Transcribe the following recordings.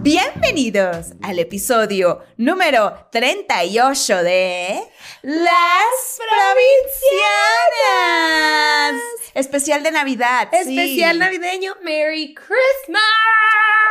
Bienvenidos al episodio número 38 de Las Provincianas. Especial de Navidad. sí. Especial navideño. Merry Christmas.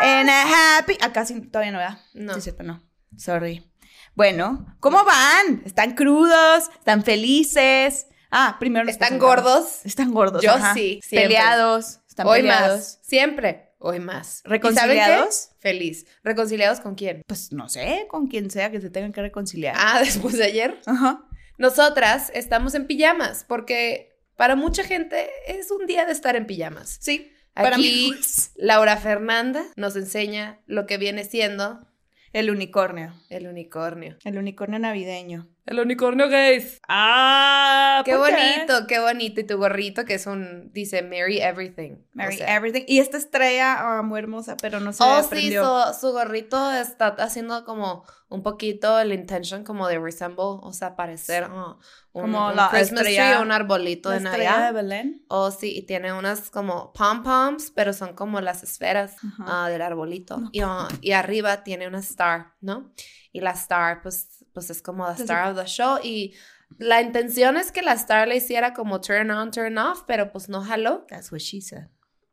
En a happy. Acá sí, todavía no, ¿verdad? No. Sí, es cierto, no. Sorry. Bueno, ¿cómo van? ¿Están crudos? ¿Están felices? Ah, primero nos ¿Están presentamos. gordos? Están gordos. Yo ajá. sí, siempre. Peleados. Están Hoy peleados. más. Siempre. Hoy más. ¿Y ¿Reconciliados? saben qué? Feliz. ¿Reconciliados con quién? Pues no sé, con quien sea que se tengan que reconciliar. Ah, después de ayer. Ajá. Nosotras estamos en pijamas porque para mucha gente es un día de estar en pijamas. Sí. Para mí pues. Aquí Laura Fernanda nos enseña lo que viene siendo El unicornio. el unicornio. El unicornio navideño. El unicornio gays. ¡Ah! Qué bonito, qué bonito. Y tu gorrito que es un, dice Merry Everything. O Mary sea, Everything. Y esta estrella, ah, muy hermosa, pero no se Oh, sí, aprendió. su, su gorrito está haciendo como un poquito el intention como de resemble, o sea, parecer ah, un, Como un la Christmas estrella- tree o un arbolito La de estrella de Navidad. Belén. Oh, sí, y tiene unas como pom-poms, pero son como las esferas Ajá. ah, del arbolito. No. Y, ah, y arriba tiene una star, ¿no? Y la star, pues, pues es como la Entonces- star of the show. Y la intención es que la star le hiciera como turn on, turn off, pero pues no jaló. That's what she said.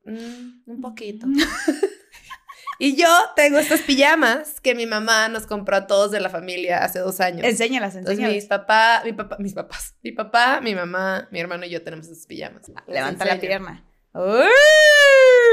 Mm, un poquito. y yo tengo estas pijamas que mi mamá nos compró a todos de la familia hace dos años. Enséñalas, Entonces enséñalas. mis papá, mi papá, mis papás, mi papá, mi mamá, mi hermano y yo tenemos estas pijamas. Ah, Levanta Les la enseño. pierna.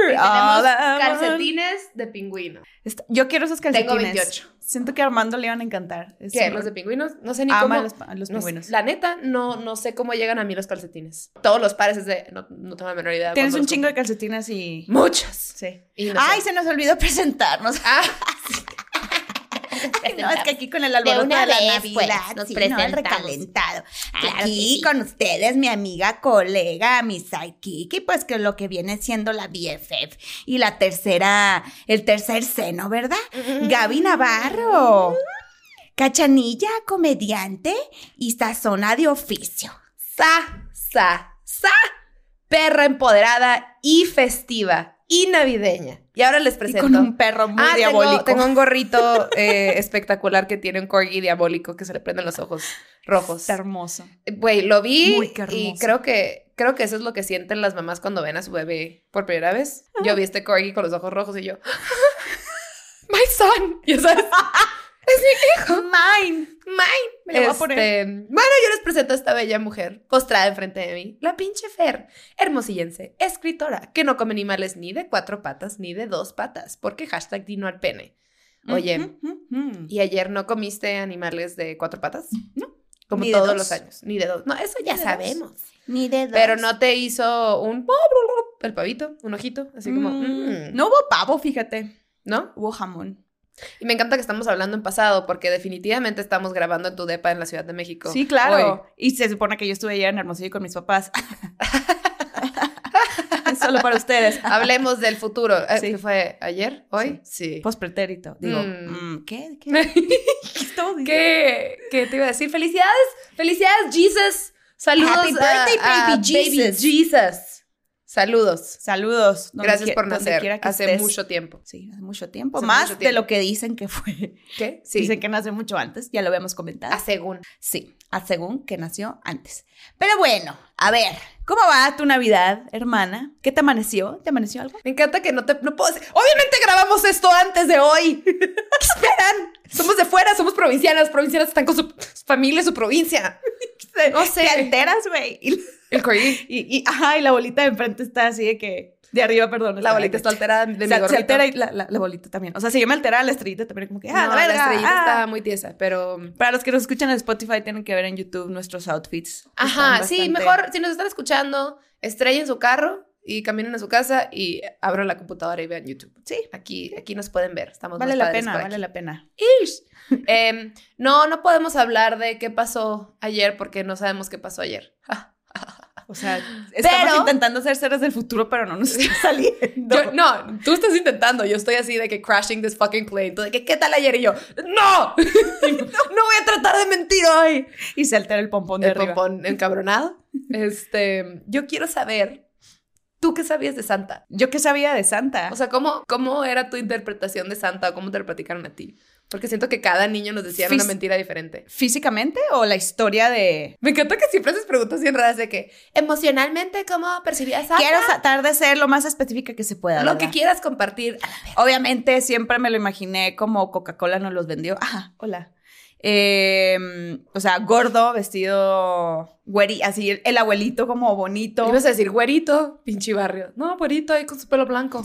Y tenemos calcetines. calcetines de pingüino. Yo quiero esos calcetines. Tengo 28. Siento que a Armando le iban a encantar. Es ¿Qué? un- ¿Los de pingüinos? No sé ni Ama cómo. los, pa- los no sé- pingüinos. la neta, no, no sé cómo llegan a mí los calcetines. Todos los pares es de. No, no tengo la menor idea. de Tienes cuándo un los chingo de calcetines y... compré. Muchos. Sí. Y no sé. Ay, se nos olvidó presentarnos. Ah, Ay, no, es que aquí con el alboroto de, una la vez, Navidad, pues, nos sí, no, el presentamos. recalentado. Claro aquí que sí. con ustedes, mi amiga, colega, mi sidekick, y pues que lo que viene siendo la BFF y la tercera, el tercer seno, ¿verdad? Mm, Gaby Navarro, cachanilla, comediante y sazona de oficio. sa, sa, sa, perra empoderada y festiva y navideña. Y ahora les Y presento. con un perro muy Ah, tengo- diabólico. Tengo, un gorrito eh, espectacular que tiene un corgi diabólico que se le prenden los ojos rojos. Está hermoso. Eh, Güey, lo vi Uy, qué y hermoso. creo que creo que eso es lo que sienten las mamás cuando ven a su bebé por primera vez. Yo vi este corgi con los ojos rojos y yo, my son, ya sabes, Mine. mine. Me la voy a poner. Este, Bueno, yo les presento a esta bella mujer postrada enfrente de mí, la pinche Fer, hermosillense, escritora, que no come animales ni de cuatro patas ni de dos patas, porque hashtag dino al pene. Oye, Ujú, ujú. ¿y ayer no comiste animales de cuatro patas? No. Como Ni de todos dos. los años, ni de dos. No, eso ya de dos. sabemos. Ni de dos. Pero no te hizo un el pavito, un ojito, así como Mm, mm, No hubo pavo, fíjate. ¿no? Hubo jamón. Y me encanta que estamos hablando en pasado porque definitivamente estamos grabando en tu depa en la Ciudad de México. Sí, claro. Y se supone que yo estuve allá en Hermosillo con mis papás. Solo para ustedes. Hoy, hablemos del futuro. Eh, Sí. ¿Qué fue ayer? ¿Hoy? Sí. Pospretérito. Digo, Mm. mm, ¿qué? ¿Qué? ¿Qué estamos diciendo? ¿Qué, ¿Qué te iba a decir? ¡Felicidades! ¡Felicidades, Jesus! Saludos Happy birthday, a, baby a Jesus. Jesus. Saludos. Saludos. donde Gracias quie- por donde nacer. quiera que Hace estés. mucho tiempo. Sí, hace mucho tiempo. Hace Más mucho de tiempo. lo que dicen que fue. ¿Qué? ah. Sí. Dicen que nació mucho antes. Ya lo habíamos comentado. Ah, A según. Sí, a según que nació antes. Pero bueno, a ver, ¿cómo va tu Navidad, hermana? ¿Qué te amaneció? ¿Te amaneció algo? Me encanta que no te no puedo decir- Obviamente grabamos esto antes de hoy. ¿Qué esperan? Somos de fuera, somos provincianas. Provincianas están con su, su familia, su provincia. No sé. Te alteras, güey. Y El corgi. Y, y, ajá, y la bolita de enfrente está así de que. De arriba, perdón. La está bolita de que- está alterada de mi o sea, se gorrito. altera y la, la- la bolita también. O sea, si yo me alteraba, la estrellita también como que. Ah, No, la, verga, estrellita ah". está muy tiesa, pero... Para los que nos escuchan en Spotify, tienen que ver en YouTube nuestros outfits. que Ajá, están sí, bastante- mejor si nos están escuchando, estrellen su carro y caminen a su casa y abran la computadora y vean YouTube. Sí. Aquí, aquí nos pueden ver. Estamos Vale más la padres pena, por vale aquí. la pena. Ish. Em, no, no podemos hablar de qué pasó ayer porque no sabemos qué pasó ayer. O sea, estamos Pero- intentando hacer seres del futuro, pero no nos está saliendo. Yo- no, tú estás intentando. Yo estoy así de que crashing this fucking plane. Tú de que, ¿qué tal ayer? Y yo, ¡no! no voy a tratar de eh, mentir hoy. Y se altera el pompón de El arriba. pompón encabronado. Este, yo quiero saber ¿Tú qué sabías de Santa? ¿Yo qué sabía de Santa? O sea, ¿cómo, cómo era tu interpretación de Santa o cómo te lo platicaron a ti? Porque siento que cada niño nos decía una Fis- mentira diferente. ¿Físicamente o la historia de... Me encanta que siempre haces preguntas bien raras de que emocionalmente, ¿cómo percibías Santa? Quiero tratar de ser lo más específica que se pueda. lo ¿verdad? que quieras compartir. Obviamente siempre me lo imaginé como Coca-Cola nos los vendió. Ajá, hola. Em, o sea, gordo, vestido güeri, así el, el abuelito como bonito, Ibas a decir, güerito, pinche barrio. No, güerito, ahí con su pelo blanco.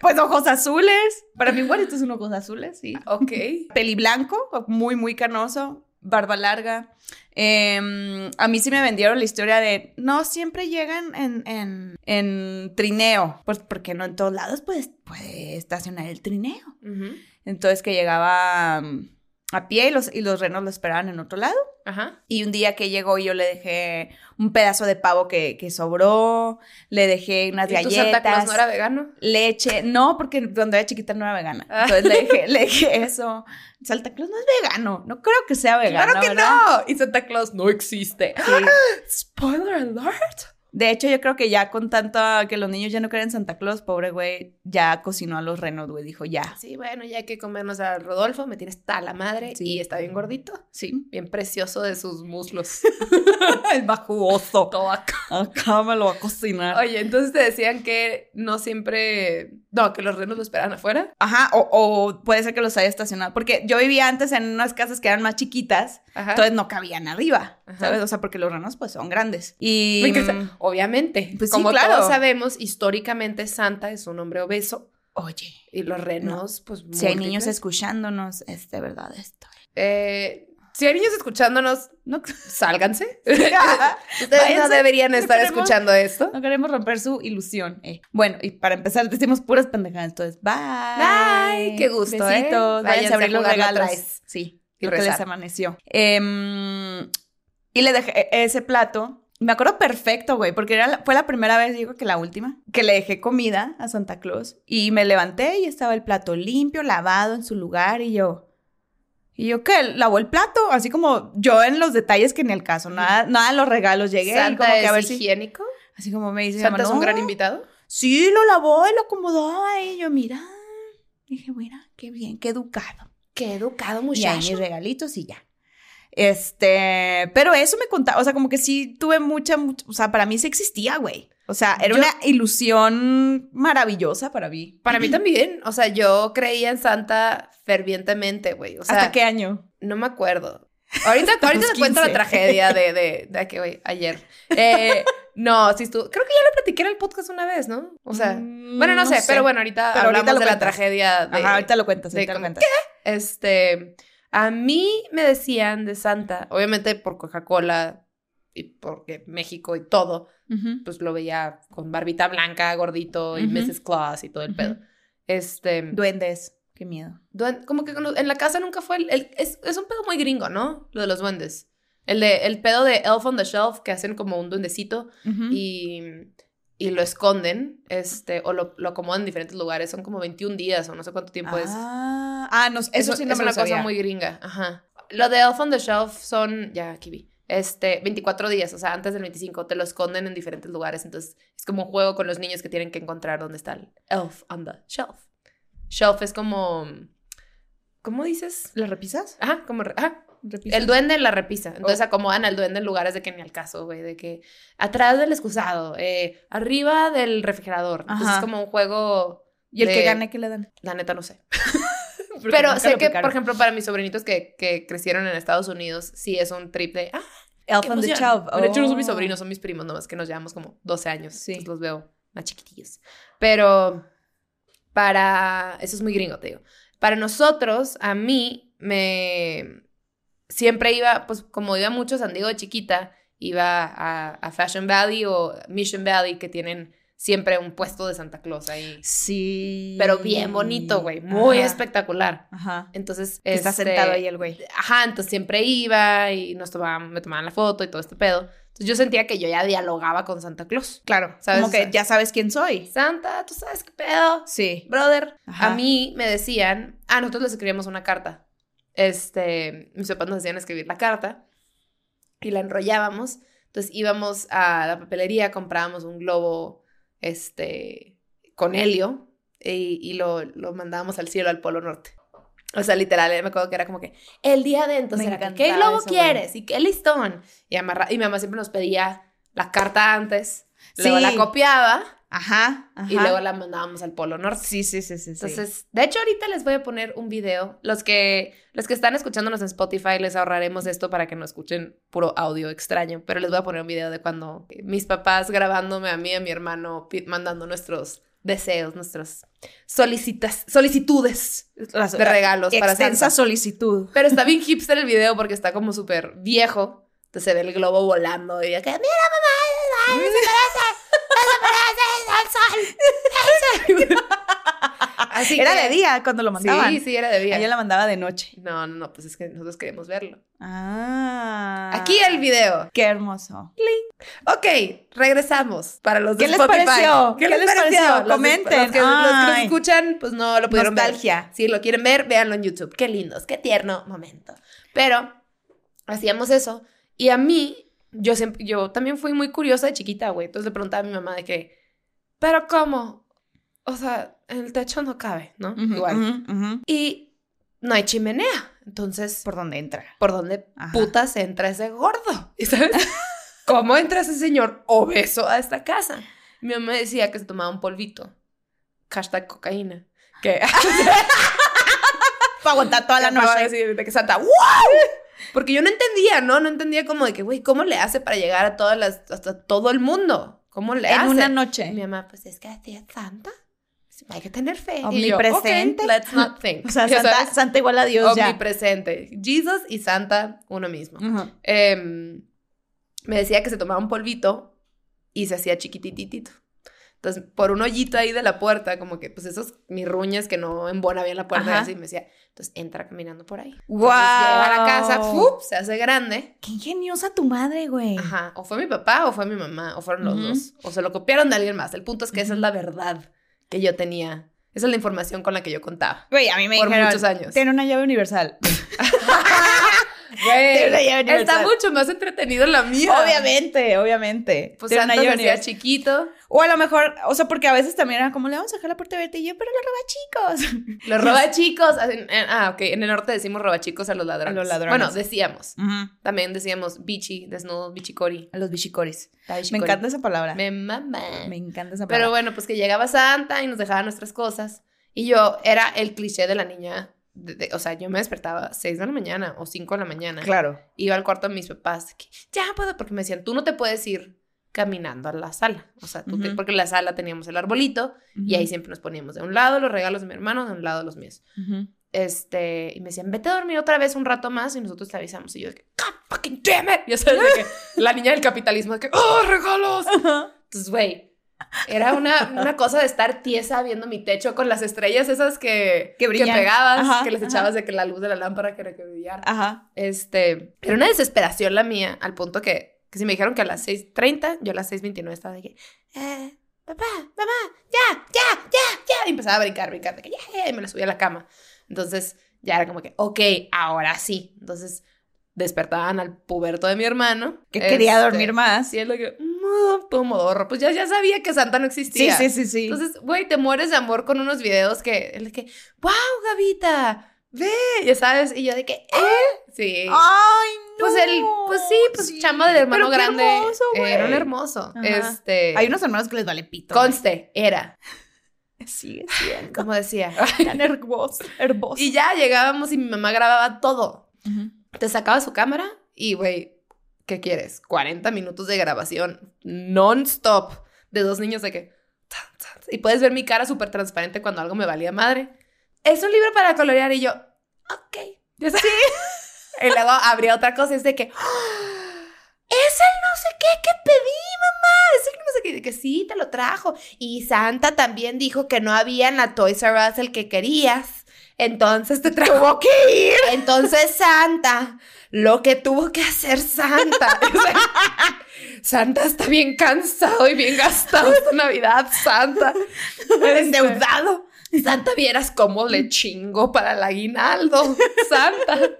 pues ojos azules. Para mí güerito es un ojos azules, sí. ok. Peli blanco, muy, muy canoso, barba larga. Em, a mí sí me vendieron la historia de no siempre llegan en, en, en trineo, pues porque no en todos lados pues, puede estacionar el trineo. Ujú. Entonces que llegaba mm, a pie y los, y los renos lo esperaban en otro lado. Ajá. Y un día que llegó yo le dejé un pedazo de pavo que, que sobró, le dejé unas ¿Y tu Santa Claus galletas, no era vegano? leche. No, porque cuando era chiquita no era vegana. Ah. Entonces le dejé, le dejé eso. Santa Claus no es vegano, no creo que sea vegano. ¡Claro que ¿verdad? no! Y Santa Claus no existe. Sí. Spoiler alert. De hecho, yo creo que ya con tanto que los niños ya no creen en Santa Claus, pobre güey, ya cocinó a los renos, güey, dijo ya. Sí, bueno, ya hay que comernos a Rodolfo, me tienes tal la madre Sí. y está bien gordito, Sí, bien precioso de sus muslos. el bajugoso. Todo acá. Acá me lo va a cocinar. Oye, entonces te decían que no siempre, no, que los renos lo esperan afuera. Ajá, o, o puede ser que los haya estacionado. Porque yo vivía antes en unas casas que eran más chiquitas, Ajá. entonces no cabían arriba, Ajá. ¿sabes? O sea, porque los renos pues son grandes. Y... mm, Me encanta. mm, Obviamente, Pues sí, como claro. todos sabemos, históricamente Santa es un hombre obeso Oye, y los renos, pues, si hay niños múltiples. escuchándonos, es de verdad esto. Eh, si hay niños escuchándonos, No, sálganse. no Ustedes no Váyanse, deberían estar queremos- escuchando esto. queremos romper su ilusión. eh. Bueno, y para empezar, decimos puras pendejadas. Entonces, bye. Bye, qué gusto, Besitos. ¿eh? Váyanse, Váyanse a abrir a los jugar otra regalos. vez. Sí, Y creo que les rezar. amaneció. Em, y le dejé e-, ese plato. Me acuerdo perfecto, güey, porque era la- fue la primera vez, digo que la última, que le dejé comida a Santa Claus. Y me levanté y estaba el plato limpio, lavado en su lugar. Y yo, ¿y yo qué? ¿Lavó el plato? Así como yo en los detalles que ni el caso, nada, nada de los regalos llegué. y Santa como que es a ver si. higiénico. Así como me dice, mi Santa mamá, es un "No, gran invitado. Sí, lo lavó y lo acomodó. Y yo, mira. Dije, mira, qué bien, qué educado. Qué educado Y ahí mis regalitos y ya. Este, pero eso me contaba, o sea, como que sí tuve mucha, mucha- o sea, para mí sí existía, güey. O sea, era Yo- una ilusión maravillosa para mí. Para mí también. O sea, yo creía en Santa fervientemente, güey. O sea, ¿Hasta qué año? no me acuerdo. Ahorita, ahorita los te cuento la 15. tragedia de, de, de que, güey, ayer. Eh, no, sí estuvo. Creo que ya lo platiqué en el podcast una vez, ¿no? O sea, Mm, bueno, no, sé, pero bueno, ahorita Pero ahorita hablamos lo de la cuentas. tragedia de. Ajá, ahorita lo cuentas, de ahorita lo como, cuentas. Este. A mí me decían de Santa, obviamente por Coca-Cola y porque México y todo. Ujú. pues lo veía con barbita blanca, gordito y Ujú. Mrs. Claus y todo el pedo. Ujú. Este, Duendes, qué miedo. duen- como que con los- en la casa nunca fue el, el- es, es un pedo muy gringo, ¿no? Lo de los duendes. El de el pedo de Elf on the Shelf que hacen como un duendecito Ujú. y y lo esconden, este, o lo, lo acomodan en diferentes lugares, son como 21 días o no sé cuánto tiempo es. ah, ah, no, eso, sí no es me una lo sabía. cosa muy gringa. Ajá. Lo de Elf on the Shelf son, ya aquí vi, este, 24 días, o sea, antes del 25, te lo esconden en diferentes lugares. Entonces, es como un juego con los niños que tienen que encontrar dónde está el Elf on the Shelf. Shelf es como, ¿cómo dices? ¿Las repisas? Ajá, como, re- ajá, ¿Repisas? el duende en la repisa. Entonces Oh. acomodan al duende en lugares de que ni al caso, güey. De que atrás del excusado, eh, arriba del refrigerador. Entonces Ajá. es como un juego. ¿Y el que de- gane qué le dan? La neta no sé. Porque Pero nunca sé lo que, picaron. por ejemplo, para mis sobrinitos que, que crecieron en Estados Unidos, sí es un trip de. ¡Ah, Elf qué on the emoción! Shelf. De hecho, no son mis oh. sobrinos, son mis primos nomás, que nos llevamos como 12 años. Sí. entonces los veo más chiquitillos. Pero para. Eso es muy gringo, te digo. Para nosotros, a mí, me. Siempre iba, pues como iba mucho a San Diego de chiquita, iba a, a Fashion Valley o Mission Valley, que tienen siempre un puesto de Santa Claus ahí. Sí. Pero bien bonito, güey. Muy Ajá. espectacular. Ajá. Entonces, Que está este, sentado ahí el güey. Ajá, entonces siempre iba y nos tomaban, me tomaban la foto y todo este pedo. Entonces yo sentía que yo ya dialogaba con Santa Claus. Claro, ¿sabes? como O que sea, ya sabes quién soy. Santa, tú sabes qué pedo. Sí. Brother, Ajá. a mí me decían, ah, nosotros les escribíamos una carta. Este, mis papás nos decían escribir la carta y la enrollábamos. Entonces íbamos a la papelería, comprábamos un globo este, con Helio y, y lo, lo mandábamos al cielo, al Polo Norte. O sea, literal, me acuerdo que era como que el día de entonces, Me era que, ¿qué encantaba globo eso, güey. quieres? ¿Y qué listón? Y, amarra- y mi mamá siempre nos pedía la carta antes, luego Sí. la copiaba Ajá, ajá. y luego la mandábamos al Polo Norte. Sí, sí, sí, sí. Entonces, Entonces, de hecho, ahorita les voy a poner un video. Los que, los que están escuchándonos en Spotify, les ahorraremos esto para que no escuchen puro audio extraño. Pero les voy a poner un video de cuando mis papás grabándome a mí y a mi hermano, pi- mandando nuestros deseos, nuestras solicitas, solicitudes de regalos para extensa Santa. solicitud. Pero está bien hipster el video porque está como súper viejo. Entonces se ve el globo volando y acá, Así Era que- de día cuando lo mandaban. Sí, sí, era de Ella día. la mandaba de noche. No, no, no, pues es que nosotros queremos verlo. Ah. Aquí el video. Qué hermoso. Ok, regresamos para los de ¿Qué les Spotify. pareció? ¿Qué les pareció? Los de- Comenten. Los que, los que nos Ay. escuchan, pues no lo pudieron Nostalgia. ver. Si lo quieren ver, véanlo en YouTube. Qué lindos, qué tierno momento. Pero hacíamos eso. Y a mí, yo, siempre, yo también fui muy curiosa de chiquita, güey. Entonces le preguntaba a mi mamá de que, ¿pero cómo? O sea, en el techo no cabe, ¿no? Ujú, Igual. ujú, ujú. Y no hay chimenea. Entonces, Por dónde entra. ¿por dónde Ajá. putas entra ese gordo? ¿Y sabes? ¿Cómo entra ese señor obeso a esta casa? Mi mamá decía que se tomaba un polvito. Hashtag cocaína. Que Para aguantar toda la acababa de noche. decir de que Santa, ¡wow! Porque yo no entendía, ¿no? No entendía como de que, güey, ¿cómo le hace para llegar a todas las, hasta todo el mundo? ¿Cómo le hace? En una Mi noche. mamá, pues es que así es Santa. Hay que tener fe. Omnipresente. Y yo, "Ok, let's not think. O sea, Ya Santa, sabes, Santa igual a Dios ya. omnipresente. Jesus y Santa, uno mismo. Ujú. em, me decía que se tomaba un polvito y se hacía chiquitititito. Entonces, por un hoyito ahí de la puerta, como que, pues esos mirruñas que no embona bien la puerta, y Ajá. así me decía, entonces entra caminando por ahí. ¡Guau! Entonces, llega a la casa, ¡fup! se hace grande. Qué ingeniosa tu madre, güey. Ajá, o fue mi papá, o fue mi mamá, o fueron los Ujú. dos, o se lo copiaron de alguien más. El punto es que esa es la verdad que yo tenía, esa es la información con la que yo contaba. Güey, a mí me Por dijeron. muchos años. Tiene una llave universal. Güey, Tiene una llave está universal. mucho más entretenida la mía. Obviamente, obviamente. Pues Tiene una antes llave hacía universal. chiquito, O a lo mejor, o sea, porque a veces también era como, le vamos a dejar la puerta abierta y yo, pero la roba chicos. Los robachicos. hacen- eh, Ah, ok. En el norte decimos robachicos a los ladrones. A los ladrones. Bueno, decíamos. También decíamos bichi, desnudo, bichicori. A los bichicoris. Está Me bichicori. encanta esa palabra. Me, Me mama. encanta esa Pero palabra. bueno, pues que llegaba Santa y nos dejaba nuestras cosas. Y yo era el cliché de la niña. de- de- o sea, yo me despertaba 6 de la mañana o 5 de la mañana. claro. Iba al cuarto de mis papás. que, ya puedo, porque me decían, tú no te puedes ir caminando a la sala. O sea, tú te- Ujú. porque en la sala teníamos el arbolito y ahí siempre nos poníamos de un lado los regalos de mi hermano, de un lado los míos. Ujú. este, y me decían, vete a dormir otra vez un rato más y nosotros te avisamos. Y yo, de que, God fucking damn it. Ya sabes, de que la niña del capitalismo, de que, oh, regalos. Entonces, güey, era una, una cosa de estar tiesa viendo mi techo con las estrellas esas que, Que brillan. pegabas, Ajá, que les ajá. echabas de que la luz de la lámpara que era que brillara. Ajá. Este, era una desesperación la mía, al punto que, que si me dijeron que a las 6.30, yo a las 6.29 estaba de que, eh, papá, mamá, ya, ya, ya, ya. Y empezaba a brincar, brincar, de que ya, ya, y me lo subía a la cama. Entonces, ya era como que, ok, ahora sí. Entonces, despertaban al puberto de mi hermano. Que quería Este, dormir más. Así es lo que, "Mm, pomodoro. Pues ya, ya sabía que Santa no Sí, existía. sí, sí, sí. Entonces, güey, te mueres de amor con unos videos que, el que, wow, Gavita, ve, ya sabes, y yo de que, eh, sí. Ay, no. Pues el, pues sí, pues chamba del hermano Pero qué grande. hermoso, güey. era un hermoso. Ajá. Este. Hay unos hermanos que les vale pito. Conste, era, Sí, sí, como decía. tan hermoso. Hermoso. y ya llegábamos y mi mamá grababa todo. Te sacaba su cámara y, güey, ¿qué quieres? 40 minutos de grabación non-stop de dos niños de que. tan, tan, Y puedes ver mi cara súper transparente cuando algo me valía madre. Es un libro para colorear y yo, ok. Ya sabes. Y luego habría otra cosa, es de que, "Ah, es el no sé qué que pedí, mamá, es el no sé qué, de que sí, te lo trajo. Y Santa también dijo que no había en la Toys R Us el que querías, entonces te trajo. Tuvo que ir. Entonces Santa, lo que tuvo que hacer Santa. O sea, Santa está bien cansado y bien gastado esta Navidad, Santa. Este. Endeudado. Santa, vieras cómo le chingo para el aguinaldo. Santa.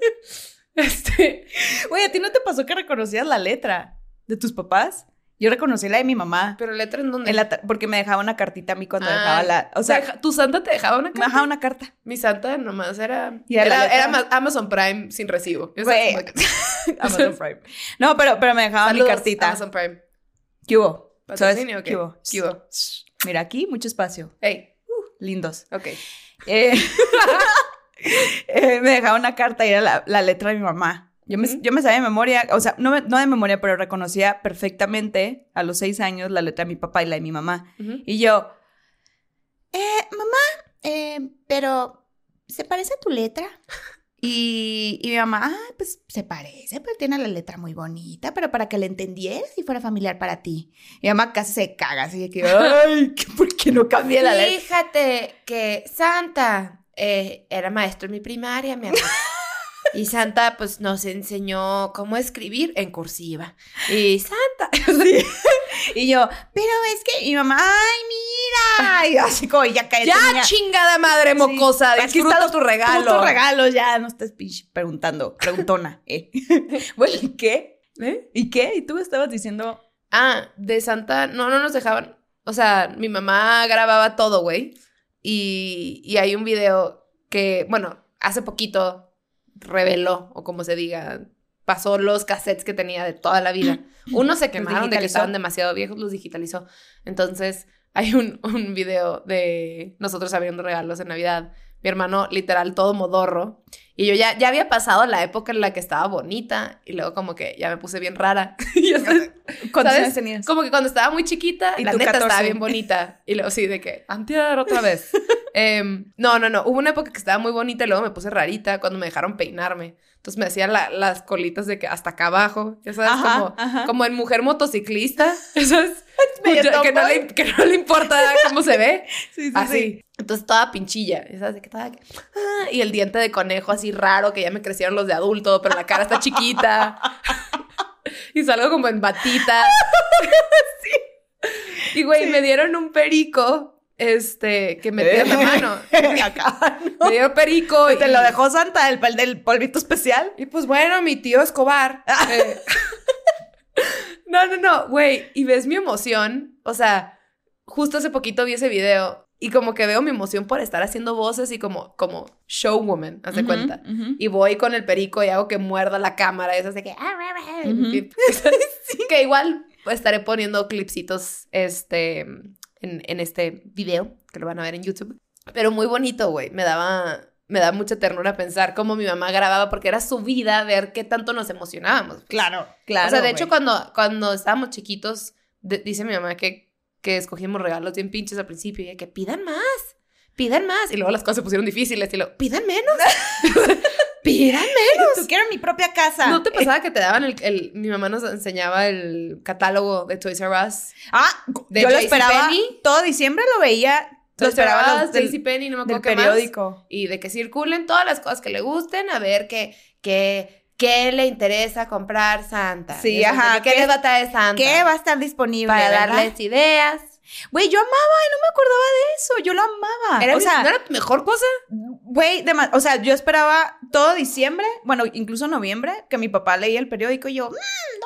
Este, Güey, ¿a ti no te pasó que reconocías la letra de tus papás? Yo reconocí la de mi mamá. Pero letra en dónde? en la ta- porque me dejaba una cartita a mí cuando Ah, dejaba la. O sea, ¿Tu santa te dejaba una me carta? dejaba una carta. Mi santa nomás era. Y era la Era, letra. era ma- Amazon Prime sin recibo. Ya Güey, sabes, como que- Amazon Prime. No, pero, pero me dejaba Saludos, mi cartita. Amazon Prime. ¿Qué hubo? ¿Sabes? ¿Patrocinio o qué? ¿Qué hubo? ¿Qué hubo? Mira, aquí mucho espacio. Hey, Lindos. ok. Eh, eh, me dejaba una carta y era la, la letra de mi mamá. Yo me, Ujú. yo me sabía de memoria, o sea, no, me- no de memoria, pero reconocía perfectamente a los seis años la letra de mi papá y la de mi mamá. Ujú. Y yo, eh, mamá, eh, pero ¿se parece a tu letra? Y, y mi mamá, ah, pues se parece, pero tiene la letra muy bonita, pero para que la entendieras y fuera familiar para ti. Mi mamá casi se caga, así de que, ay, ¿qué- ¿por qué no cambié la letra? Fíjate que Santa eh, era maestro en mi primaria, mi amor. Y Santa, pues, nos enseñó cómo escribir en cursiva. Y Santa. Y yo, pero es que y mi mamá, ay, mira. Y así como ya cállate. ¡Ya, niña. chingada madre mocosa! Aquí disfruta están los tu regalo. Puto regalo, ya no estás pinche preguntando, preguntona. eh. bueno, ¿y qué? ¿Eh? ¿Y qué? Y tú me estabas diciendo, Ah, de Santa, no, no nos dejaban. O sea, mi mamá grababa todo, güey. Y, y hay un video que, bueno, hace poquito reveló, o como se diga, pasó los cassettes que tenía de toda la vida. Unos se quemaron de que digitalizó. estaban demasiado viejos, los digitalizó. Entonces, hay un, un video de nosotros abriendo regalos en Navidad. Mi hermano, literal, todo modorro. Y yo ya, ya había pasado la época en la que estaba bonita. Y luego como que ya me puse bien rara. y ya sabes, ¿cuántos ¿Sabes? años tenías? como que cuando estaba muy chiquita, Y la tú neta 14. estaba bien bonita. Y luego sí, de que, antiar otra vez. Em, no, no, no. Hubo una época que estaba muy bonita y luego me puse rarita cuando me dejaron peinarme. Entonces me hacía la- las colitas de que hasta acá abajo. Ya sabes, Ajá, como, ajá. como en mujer motociclista. Ya sabes, medio mucho- que, no le, que no le importa cómo se ve. Sí, sí, Así. Ah, sí. Entonces toda pinchilla. ya sabes, de que toda- ah, y el diente de conejo así raro, que ya me crecieron los de adulto, pero la cara está chiquita. y salgo como en batita. Y güey, me dieron un perico, este, que metí en la mano. Acá, ¿no? Me dieron perico. Eh. ¿Te y- lo dejó Santa, el, pal- del polvito especial? y pues bueno, mi tío Escobar. eh. no, no, no, güey. Y ves mi emoción. O sea, justo hace poquito vi ese video y como que veo mi emoción por estar haciendo voces y como, como showwoman, haz de Ujú, cuenta. ujú. Y voy con el perico y hago que muerda la cámara. Y esas de que. Ujú. Que igual estaré poniendo clipsitos este, en, en este video, que lo van a ver en YouTube. Pero muy bonito, güey. Me daba. Me da mucha ternura pensar cómo mi mamá grababa, porque era su vida ver qué tanto nos emocionábamos. Claro, claro. o sea, de güey. hecho, cuando, cuando estábamos chiquitos, de- dice mi mamá que, que escogimos regalos bien pinches al principio y de que pidan más, pidan más. Y luego las cosas se pusieron difíciles y luego, pidan menos, pidan Tú quiero mi propia casa. Eh, ¿No te pasaba que te daban el, el- Mi mamá nos enseñaba el catálogo de Toys R Us. Ah, De yo lo JCPenney. esperaba. Todo diciembre lo veía. Lo Toys esperaba R los Us, del, JCPenney, no me del acuerdo qué más. periódico. Y de que circulen todas las cosas que le gusten, a ver qué, qué, qué le interesa comprar Santa. Sí, Y eso, ajá, de que ¿Qué, ¿qué- les va a traer Santa? ¿Qué va a estar disponible? Para ¿verdad? darles ideas. Güey, yo amaba y no me acordaba de eso. Yo lo amaba. Era Ah, o mi- sea, ¿No era tu mejor cosa? güey, dema- o sea, yo esperaba todo diciembre, bueno, incluso noviembre, que mi papá leía el periódico y yo, "Mm,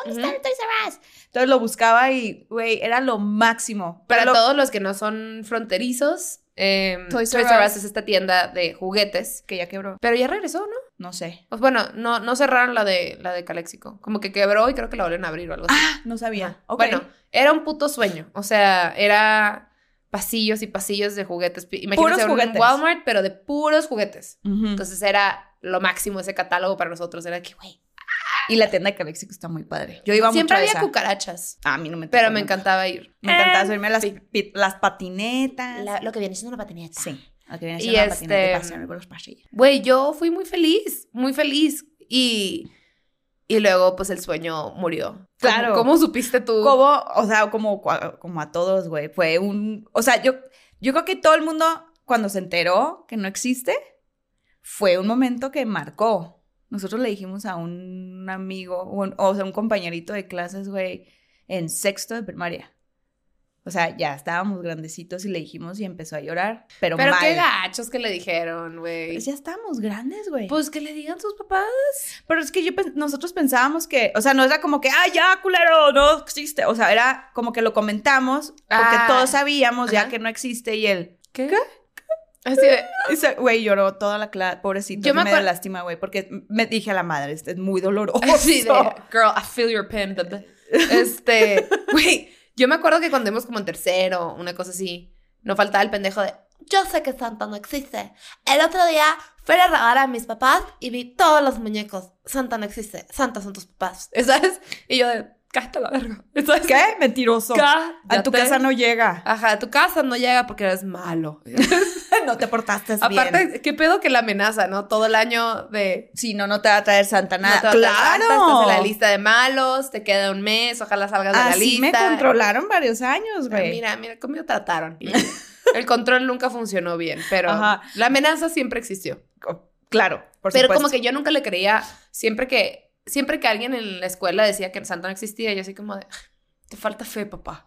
¿dónde está Ujú. el Toys R Us?". Entonces lo buscaba y, güey, era lo máximo. Para Pero lo- todos los que no son fronterizos, eh, Toys, Toys R R Us es esta tienda de juguetes. Que ya quebró. Pero ya regresó, ¿no? No sé. Pues bueno, no, no cerraron la de, la de Calexico. Como que quebró y creo que la volvieron a abrir o algo así. Ah, no sabía. Ok. Bueno, era un puto sueño. O sea, era pasillos y pasillos de juguetes. Pi- Imagínense Puros un juguetes. Mm. Walmart, pero de puros juguetes. Ujú. Entonces era lo máximo ese catálogo para nosotros. Era que, güey. y la tienda de Calexico está muy padre. Yo iba mucho Siempre había a esa. Ah, cucarachas, A mí no me pero tocó me nunca. encantaba ir. Me encantaba Eh, subirme a las, sí. pi- las patinetas. La- lo que viene siendo una patineta. Sí. la que viene Y siendo la patineta este- y pasearme por los pasillos. Güey, yo fui muy feliz, muy feliz. Y, y luego, pues el sueño murió. Claro. ¿Cómo, cómo supiste tú? Como, o sea, como, cua- como a todos, güey. Fue un. O sea, yo, yo creo que todo el mundo, cuando se enteró que no existe, fue un momento que marcó. Nosotros le dijimos a un amigo, o, un- o sea, un compañerito de clases, güey, en sexto de primaria. O O sea, ya estábamos grandecitos y le dijimos y empezó a llorar. Pero, Pero mal. qué gachos que le dijeron, güey. Pues ya estábamos grandes, güey. Pues que le digan sus papás. Pero es que yo pen- nosotros pensábamos que, o sea, no era como que, ah, ya, culero, no existe. O sea, era como que lo comentamos porque Ah. todos sabíamos ya Ajá. que no existe y él, ¿Qué? Así de, y se- güey, lloró toda la clase, pobrecito. Yo Yo me me, acuer- da lástima, güey, porque me dije a la madre, esto es muy doloroso. así de, girl, I feel your pain. blah, blah. Este, güey, yo me acuerdo que cuando íbamos como en tercero, una cosa así, no faltaba el pendejo de, yo sé que Santa no existe. El otro día fui a robar a mis papás y vi todos los muñecos. Santa no existe, Santa son tus papás. ¿Sabes? Y yo de, cállate la verga. ¿Sabes? ¿Qué? Mentiroso. A tu casa no llega. Ajá, a tu casa no llega porque eres malo. no te portaste bien. Aparte, qué pedo que la amenaza, ¿no? Todo el año de. si no, no te va a traer Santa no nada. te vas a claro. tratar, Estás en la lista de malos, te queda un mes, ojalá salgas de la Así lista. me controlaron varios años, Ah, güey. Mira, mira cómo me trataron. El control nunca funcionó bien, pero Ajá. la amenaza siempre existió. Co- Claro, por pero supuesto. como que yo nunca le creía, siempre que siempre que alguien en la escuela decía que Santa no existía, yo así como de, "Ah, te falta fe, papá.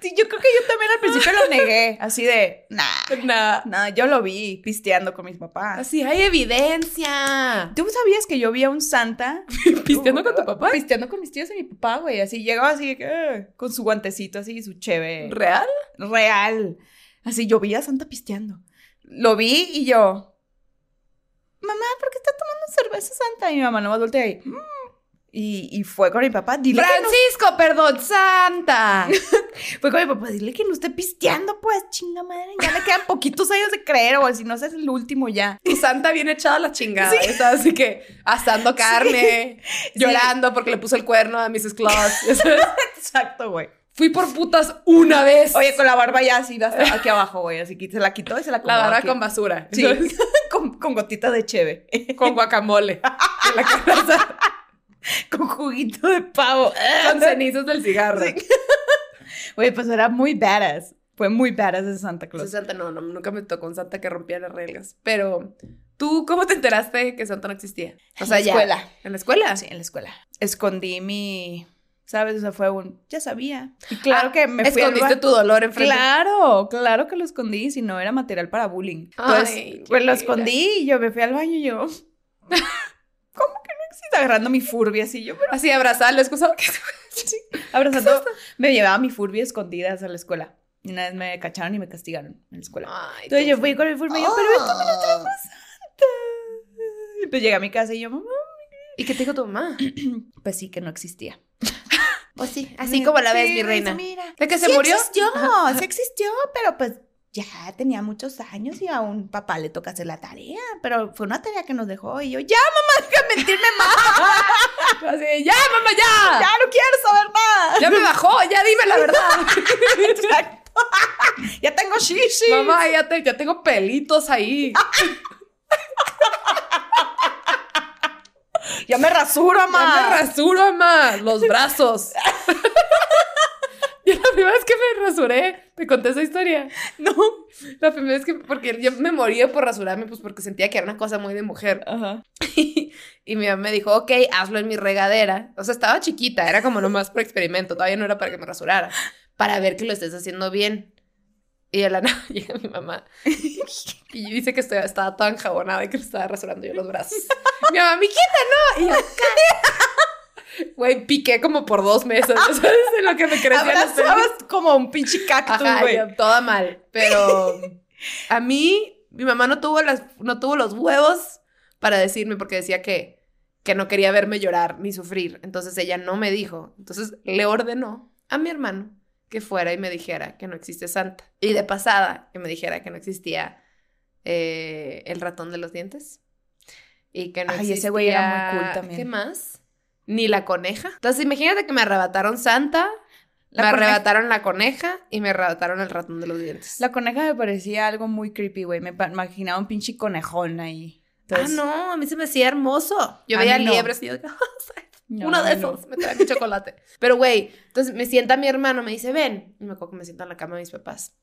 Sí, yo creo que yo también al principio lo negué, así de, nah, Nada. nah, yo lo vi pisteando con mis papás. Así hay evidencia. ¿Tú sabías que yo vi a un Santa ¿Pisteando con tu papá? Pisteando con mis tíos y mi papá, güey, así llegaba así de que, "Eh", con su guantecito así y su cheve ¿Real? real. Así yo vi a Santa pisteando. Lo vi y yo, mamá, ¿por qué está tomando cerveza Santa? Y mi mamá no más voltea ahí. "Mm". Y, y fue con mi papá, dile que no- Francisco, perdón, Santa. Fue con mi papá, dile que no esté pisteando, pues, chinga madre. Ya le quedan poquitos años de creer, o si no ese es el último ya. Tu Santa viene echada a la chingada. está así que asando carne, llorando porque le puso el cuerno a Mrs. Claus. Exacto, güey. Fui por putas una vez. Oye, con la barba ya así, hasta aquí abajo, güey. Así que se la quitó y se la la barra acomodó con basura. aquí. Sí, con, con gotita de cheve. eh, Con guacamole. En la cabeza. Con juguito de pavo. Con cenizas del cigarro. Sí. Güey, pues era muy badass. Fue muy badass de Santa Sí, Claus. Santa, no, no, nunca me tocó un Santa que rompía las reglas. Pero, ¿tú cómo te enteraste que Santa no existía? O sea, En la ya. escuela. ¿En la escuela? Sí, en la escuela. Escondí mi. ¿Sabes? O sea, fue un. Ya sabía. Y claro Ah, que me fui al Escondiste ba- tu dolor enfrente. Claro, claro que lo escondí, si no era material para bullying. Entonces, Ay, pues lo chiquita. escondí y yo me fui al baño y yo. ¿Cómo que no existe? Agarrando mi furby así, yo Así abrazar la excusa. abrazando. Me llevaba mi furby escondidas a la escuela. Y una vez me cacharon y me castigaron en la escuela. Ay, Entonces tú- yo fui con el furby y yo, pero esto me lo trajo Ah. Santa. Y pues llegué a mi casa y yo, mamá, ¿Y qué te dijo tu mamá? pues sí que no existía. Pues sí, así como la ves, Sí, mi reina. Mira. ¿De que se Sí murió? existió, sí existió, pero pues ya tenía muchos años y a un papá le toca hacer la tarea, pero fue una tarea que nos dejó y yo, ya mamá, déjame mentirme más, Así, de, ya, mamá, ya. ya ya. no quiero saber nada. me bajó, ya dime la verdad. Exacto. ya tengo shishi. Mamá, ya, te- ya tengo pelitos ahí. Ya me rasuro, Ya me mamá. rasuro, mamá. Los brazos. Y la primera vez que me rasuré, te conté esa historia. No. La primera vez que, porque yo me moría por rasurarme, pues porque sentía que era una cosa muy de mujer. Ajá. Y, y mi mamá me dijo, ok, hazlo en mi regadera. O sea, estaba chiquita, era como nomás por experimento, todavía no era para que me rasurara, para ver que lo estés haciendo bien. Y a la nada llega mi mamá y dice que estoy- estaba tan jabonada y que me estaba rasurando yo los brazos. mi mamá, mi quita, no. Y yo, "Ca-". Güey, piqué como por dos meses, ¿no ¿sabes? En lo que me crecían los pelos. Abrazabas como un pinche cactus, Ajá, güey. yo, toda mal. Pero a mí, mi mamá no tuvo, las, no tuvo los huevos para decirme porque decía que, que no quería verme llorar ni sufrir. Entonces ella no me dijo. Entonces le ordenó a mi hermano que fuera y me dijera que no existe Santa. Y de pasada, que me dijera que no existía eh, el ratón de los dientes. Y que no Ay, ese güey era muy existía- cool también. ¿Qué más? Ni la coneja. Entonces imagínate que me arrebataron Santa, La coneja. me arrebataron la coneja y me arrebataron el ratón de los dientes. La coneja me parecía algo muy creepy, güey. Me pa- imaginaba un pinche conejón ahí. ah, no, a mí se me hacía hermoso. Yo A veía mí no. liebres y yo, "Ah, no. uno de no. esos, me trae mi chocolate. Pero, güey, entonces me sienta mi hermano, me dice, ven. Y me acuerdo que me sienta en la cama de mis papás.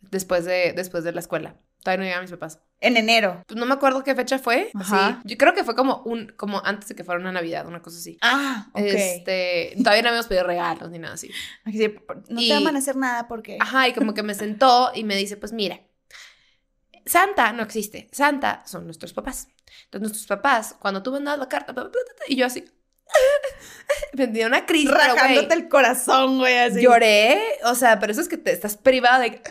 después de, después de la escuela. Todavía no llegaban mis papás. En enero. Pues no me acuerdo qué fecha fue. Ajá. Sí. Yo creo que fue como un, como antes de que fuera una Navidad, una cosa así. Ah, ok. Este, todavía no habíamos pedido regalos ni nada así. Sí, por- No Y- te van a hacer nada porque. Ajá, y como que me sentó y me dice, pues mira, Santa no existe, Santa son nuestros papás. Entonces nuestros papás, cuando tú mandas la carta, bla, bla, bla, bla, y yo así, me dio una crisis, pero, güey, Rajándote el corazón, güey, así. lloré, o sea, pero eso es que te estás privada de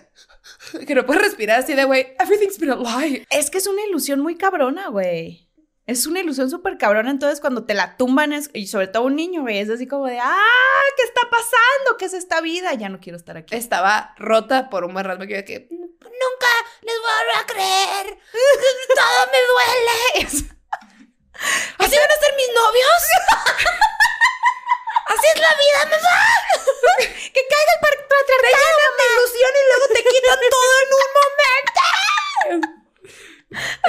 que no puedes respirar así de, güey, everything's been a lie. Es que es una ilusión muy cabrona, güey. Es una ilusión súper cabrona. Entonces, cuando te la tumban, es- y sobre todo un niño, güey, es así como de, ¡ah! ¿Qué está pasando? ¿Qué es esta vida? Ya no quiero estar aquí. Estaba rota por un buen rato, que yo de que, nunca les voy a volver a creer, todo me duele. ¿Así van a ser mis novios? Así es la vida, mamá. que caiga el patriarcado, mamá. ilusión y luego te quita todo en un momento.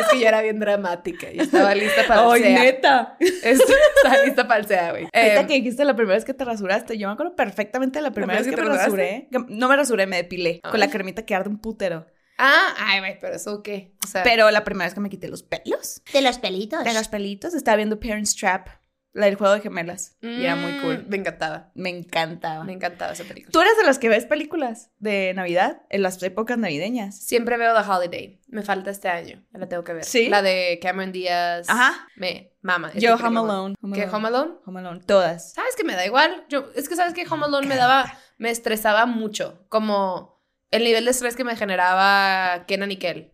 Es que yo era bien dramática y estaba lista para el Ay, SEA. neta. Est- Estaba lista para el SEA, güey. Ahorita Em, que dijiste la primera vez que te rasuraste, yo me acuerdo perfectamente de la primera primera vez que, vez que me te rasuré. Que- No me rasuré, me depilé Ay. con la cremita que arde un putero. Ah, ay, güey, pero eso qué. O sea, Pero la primera vez que me quité los pelos, De los pelitos. de los pelitos, estaba viendo Parents Trap, la del juego de gemelas. Y era muy cool. Me encantaba. Mm. Me encantaba. Me encantaba esa película. ¿Tú eres de las que ves películas de Navidad en las épocas navideñas? Siempre veo The Holiday. Me falta este año. La tengo que ver. ¿Sí? La de Cameron Díaz. Ajá. Me mama. Es Yo, mi Home película. Alone. ¿Qué Home Alone? Home Alone, todas. Sabes que me da igual. Yo, es que sabes que Home Alone me daba, me estresaba mucho. Como el nivel de estrés que me generaba Kenan y Kel.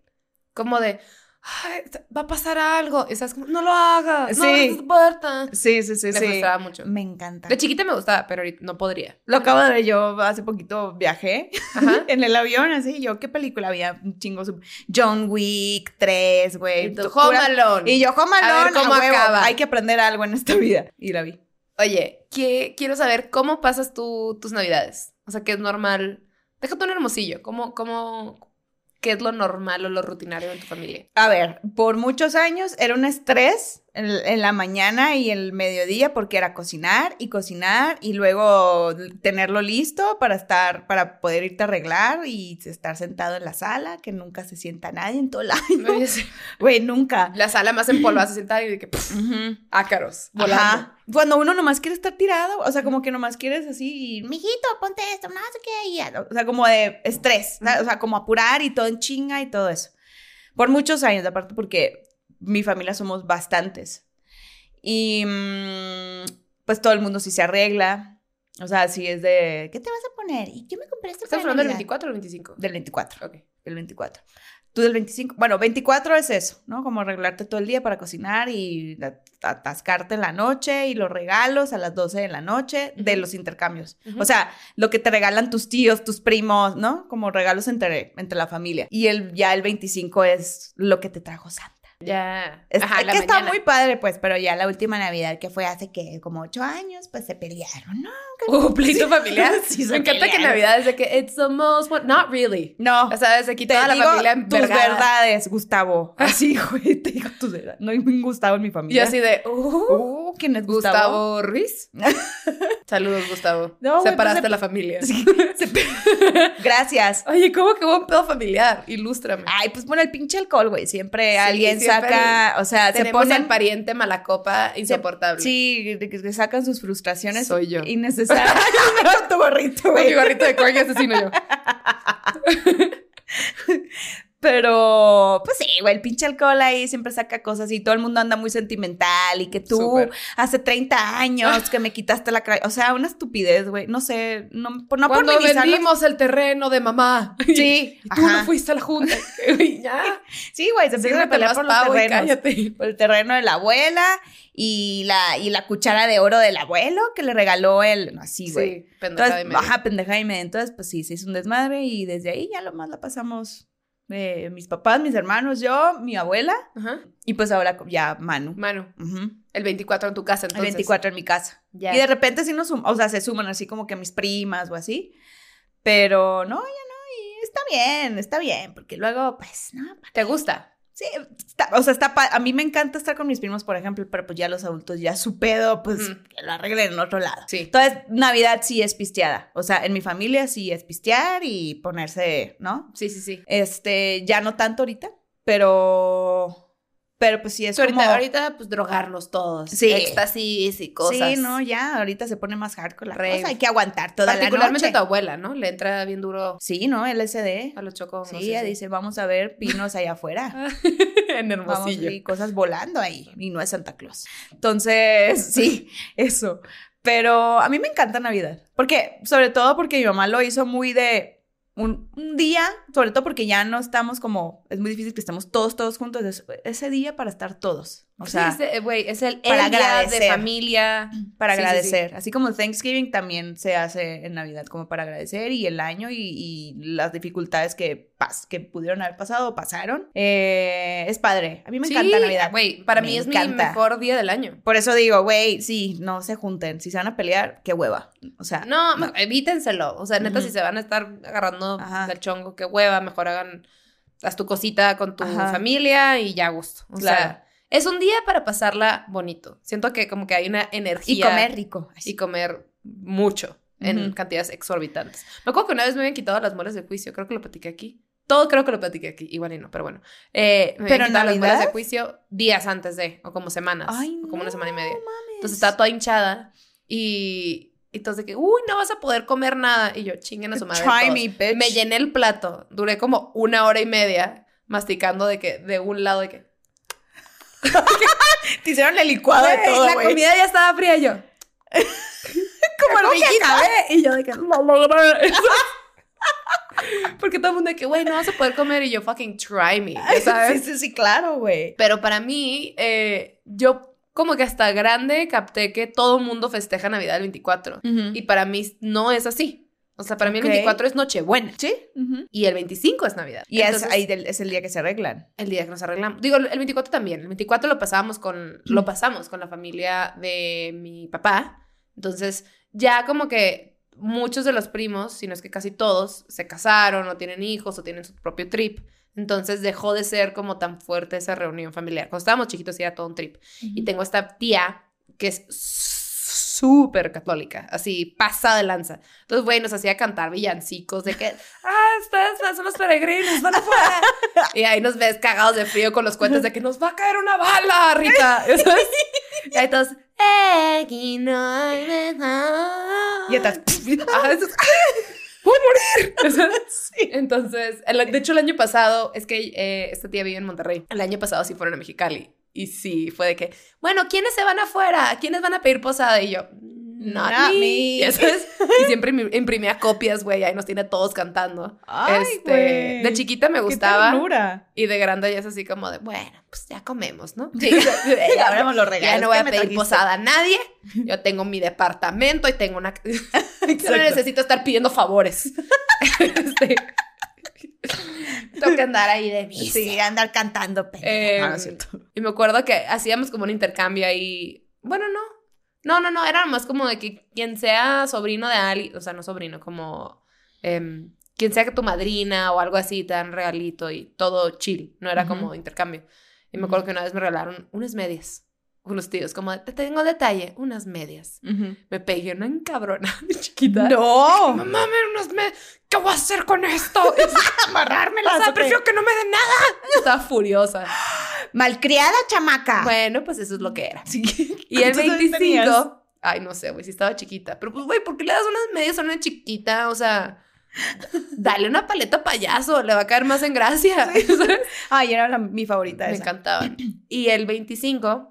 Como de, "Ay, va a pasar algo. Y sabes, como, no lo hagas. No Sí. abras tu puerta. Sí, sí, sí, me sí. frustraba mucho. Me encanta. De chiquita me gustaba, pero ahorita no podría. Lo acabo de ver, yo hace poquito viajé Ajá. en el avión, así, yo, ¿qué película había? Un chingo, su- John Wick 3, güey. Y tú, pura- Home Alone. Y yo, Home A ver Alone, cómo a huevo, acaba. hay que aprender algo en esta vida. Y la vi. Oye, que, quiero saber cómo pasas tú tus navidades. O sea, qué es normal. Déjate un hermosillo. ¿Cómo, cómo, qué es lo normal o lo rutinario en tu familia? A ver, por muchos años era un estrés en, en la mañana y el mediodía porque era cocinar y cocinar y luego tenerlo listo para estar, para poder irte a arreglar y estar sentado en la sala, que nunca se sienta nadie en todo el año. Güey, nunca. La sala más empolvada se sienta y de que pff, Ujú. ácaros volando. Ajá. Cuando uno nomás quiere estar tirado, o sea, como que nomás quieres así, y, mijito, ponte esto, no sé qué, y ya", o sea, como de estrés, ¿sabes? o sea, como apurar y todo en chinga y todo eso. Por muchos años, aparte porque mi familia somos bastantes. Y mm, pues todo el mundo sí se arregla, o sea, sí es de, ¿qué te vas a poner? ¿Y qué me compraste para ¿Estamos hablando del Navidad?" 24 o del 25? Del 24 Ok. el 24. Tú del 25. Bueno, 24 es eso, ¿no? Como arreglarte todo el día para cocinar y a- atascarte en la noche y los regalos a las 12 de la noche de Ujú. los intercambios. Ujú. O sea, lo que te regalan tus tíos, tus primos, ¿no? Como regalos entre, entre la familia. Y el, ya el 25 es lo que te trajo Santa. Ya. Es, Ajá, es la que está mañana. muy padre, pues, pero ya la última Navidad que fue hace que como ocho años, pues se pelearon, ¿no? Uh, pleito familiar. Sí, se Me encanta que pelearon. Navidad es de que it's the most one. Not really. No. O sea, desde aquí Te toda la digo familia tus envergada. verdades, Gustavo. Así, güey, te digo tus verdades. No hay ningún Gustavo en mi Y yo familia. así de, uh, Uh, ¿quién es Gustavo? Gustavo Ruiz. Saludos, Gustavo. No, güey, Separaste pues, la familia. Gracias. Oye, ¿cómo que hubo un pedo familiar? Ilústrame. Ay, pues pone el pinche alcohol, güey. Siempre Sí, alguien siempre saca, o sea, se Tenemos pone al pariente malacopa insoportable. Sí, que, que sacan sus frustraciones Soy yo. innecesarias. Con tu gorrito, Con mi güey. gorrito de corgi asesino yo. Pero, pues sí, güey, el pinche alcohol ahí siempre saca cosas y todo el mundo anda muy sentimental y que tú Súper. hace 30 años que me quitaste la cra- O sea, una estupidez, güey. No sé, no, por- no por Cuando minimizar los- vendimos el terreno de mamá. Sí, Y tú no ajá. fuiste a la junta. Y ya. Sí, güey, se empiezan a Síguete pelear más por los pavo y terrenos. cállate. Por el terreno de la abuela y la, y la cuchara de oro del abuelo que le regaló él. No, así, güey. Sí, pendejada Entonces, de medio. ajá, pendeja y media. Entonces, pues sí, se hizo un desmadre y desde ahí ya lo más la pasamos eh, mis papás, mis hermanos, yo, mi abuela Ajá. y pues ahora co- ya Manu. Manu, Ujú. el 24 en tu casa El entonces. 24 en mi casa. Ya. Y de repente sí nos sum- o sea, se suman así como que mis primas o así. Pero no, ya no, y está bien, está bien, porque luego, pues, no, ¿Te gusta? Sí, está- o sea, está pa- a mí me encanta estar con mis primos, por ejemplo, pero pues ya los adultos ya su pedo, pues Mm. que lo arreglen en otro lado. Sí. Entonces, Navidad sí es pisteada. O sea, en mi familia sí es pistear y ponerse, ¿no? Sí, sí, sí. Este, ya no tanto ahorita, pero. Pero pues sí es So, ahorita, como. ahorita, pues drogarnos todos. Sí. Éxtasis y cosas. Sí, no, ya, ahorita se pone más hardcore la Rave. cosa. Hay que aguantar toda la Particularmente noche. tu abuela, ¿no? Le entra bien duro Sí, ¿no? LSD. a los chocos. Sí, ella dice, vamos a ver pinos allá afuera. en Vamos Hermosillo. y cosas volando ahí. Y no es Santa Claus. Entonces, sí, eso. Pero a mí me encanta Navidad. Porque, sobre todo porque mi mamá lo hizo muy de un, un día, sobre todo porque ya no estamos como, es muy difícil que estemos todos, todos juntos. Es- ese día para estar todos. O Sí, sea, es de- güey, es el, para el día de agradecer. familia. para Sí, sí, sí. agradecer. Así como Thanksgiving también se hace en Navidad, como para agradecer y el año y, y las dificultades que, pas que pudieron haber pasado o pasaron. Eh, es padre. A mí me Sí, encanta Navidad. Güey, para Me mí es mi encanta. mejor día del año. Por eso digo, güey, sí, no se junten. Si se van a pelear, qué hueva. O sea, No, ma- evítenselo. O sea, neta, Ujú. si se van a estar agarrando Ajá. del chongo, qué hueva, mejor hagan, haz tu cosita con tu Ajá. familia y ya a gusto. O Claro. sea, es un día para pasarla bonito. Siento que como que hay una energía. y comer rico. Ay, Y comer mucho en Ujú. cantidades exorbitantes. Me acuerdo que una vez me habían quitado las muelas de juicio, creo que lo platiqué aquí. Todo creo que lo platiqué aquí, igual y no, pero bueno. Eh, me ¿Pero habían quitado las muelas de Navidad? juicio días antes de, o como semanas, Ay, o como una no semana y media. mames. Entonces estaba toda hinchada y y entonces de que, uy, no vas a poder comer nada. Y yo, chinguen a su madre. Try todos". me, bitch. Me llené el plato. Duré como una hora y media masticando de que de un lado de que. Te hicieron el licuado de "Güey, todo, Pues, la güey. comida ya estaba fría y yo. como ¿Cómo que hormiguita. acabé? Y yo de que no logré eso". Porque todo el mundo de que, güey, no vas a poder comer. Y yo, fucking try me. ya ¿Sabes? Sí, sí, sí, claro, güey. Pero para mí, eh, yo como que hasta grande capté que todo el mundo festeja Navidad el 24. Y para mí no es así. O sea, para mí Ok. el 24 es Nochebuena Sí. ujú. y el 25 es Navidad. Y Entonces, es, ahí del- es el día que se arreglan. el día que nos arreglamos. Digo, el 24 también. El 24 lo pasábamos con lo pasamos con la familia de mi papá. Entonces, ya como que muchos de los primos, si no es que casi todos, se casaron o tienen hijos o tienen su propio trip. Entonces dejó de ser como tan fuerte esa reunión familiar. Cuando estábamos chiquitos era todo un trip. Y tengo esta tía que es súper católica, así pasa de lanza. Entonces, güey, nos hacía cantar villancicos de que, ah, ustedes son los peregrinos, van afuera. Y ahí nos ves cagados de frío con los cuentos de que nos va a caer una bala, Rita. ¿Ya sabes? Y ahí todos, "Eh, aquí no hay mejor". Y estás. Ajá, eso es- ¡Voy a morir! O sea, Entonces, el- de hecho, el año pasado, es que eh, esta tía vive en Monterrey. El año pasado sí fueron a Mexicali. Y sí, fue de que, bueno, ¿quiénes se van afuera? ¿Quiénes van a pedir posada? Y yo, not, Not me. me. Y, eso es- y siempre imprimi- imprimía copias, güey. Ahí nos tiene a todos cantando. Ay, Este, güey. de chiquita me Qué gustaba. ternura. Y de grande ya es así como de, bueno, pues ya comemos, ¿no? Y abramos los regalos. Ya no voy que a me pedir trajiste. posada a nadie. Yo tengo mi departamento y tengo una. Yo no Exacto. necesito estar pidiendo favores. Este, Tengo que andar ahí de mí. Sí, andar cantando. pendeja. Eh, No, no es cierto. Y me acuerdo que hacíamos como un intercambio ahí. Bueno, no. No, no, no. Era más como de que quien sea sobrino de alguien. O sea, no sobrino, como. em, quien sea que tu madrina o algo así, te dan regalito y todo chill. No era Ujú. como intercambio. Y me acuerdo Ujú. que una vez me regalaron unas medias. Unos tíos, como de, te tengo detalle, unas medias. Me pegué una encabrona de chiquita. No. Mamá, me unas medias. ¿Qué voy a hacer con esto? O Amarrármelas. sea, ¿o qué? prefiero que no me den nada. Estaba furiosa. Malcriada chamaca. Bueno, pues eso es lo que era. Sí. Y el ¿Cuántos años tenías? 25. Ay, no sé, güey, si estaba chiquita. Pero pues, güey, ¿por qué le das unas medias a una chiquita? O sea, dale una paleta payaso, le va a caer más en gracia. Ay, era la- mi favorita Me esa. encantaban. Y el 25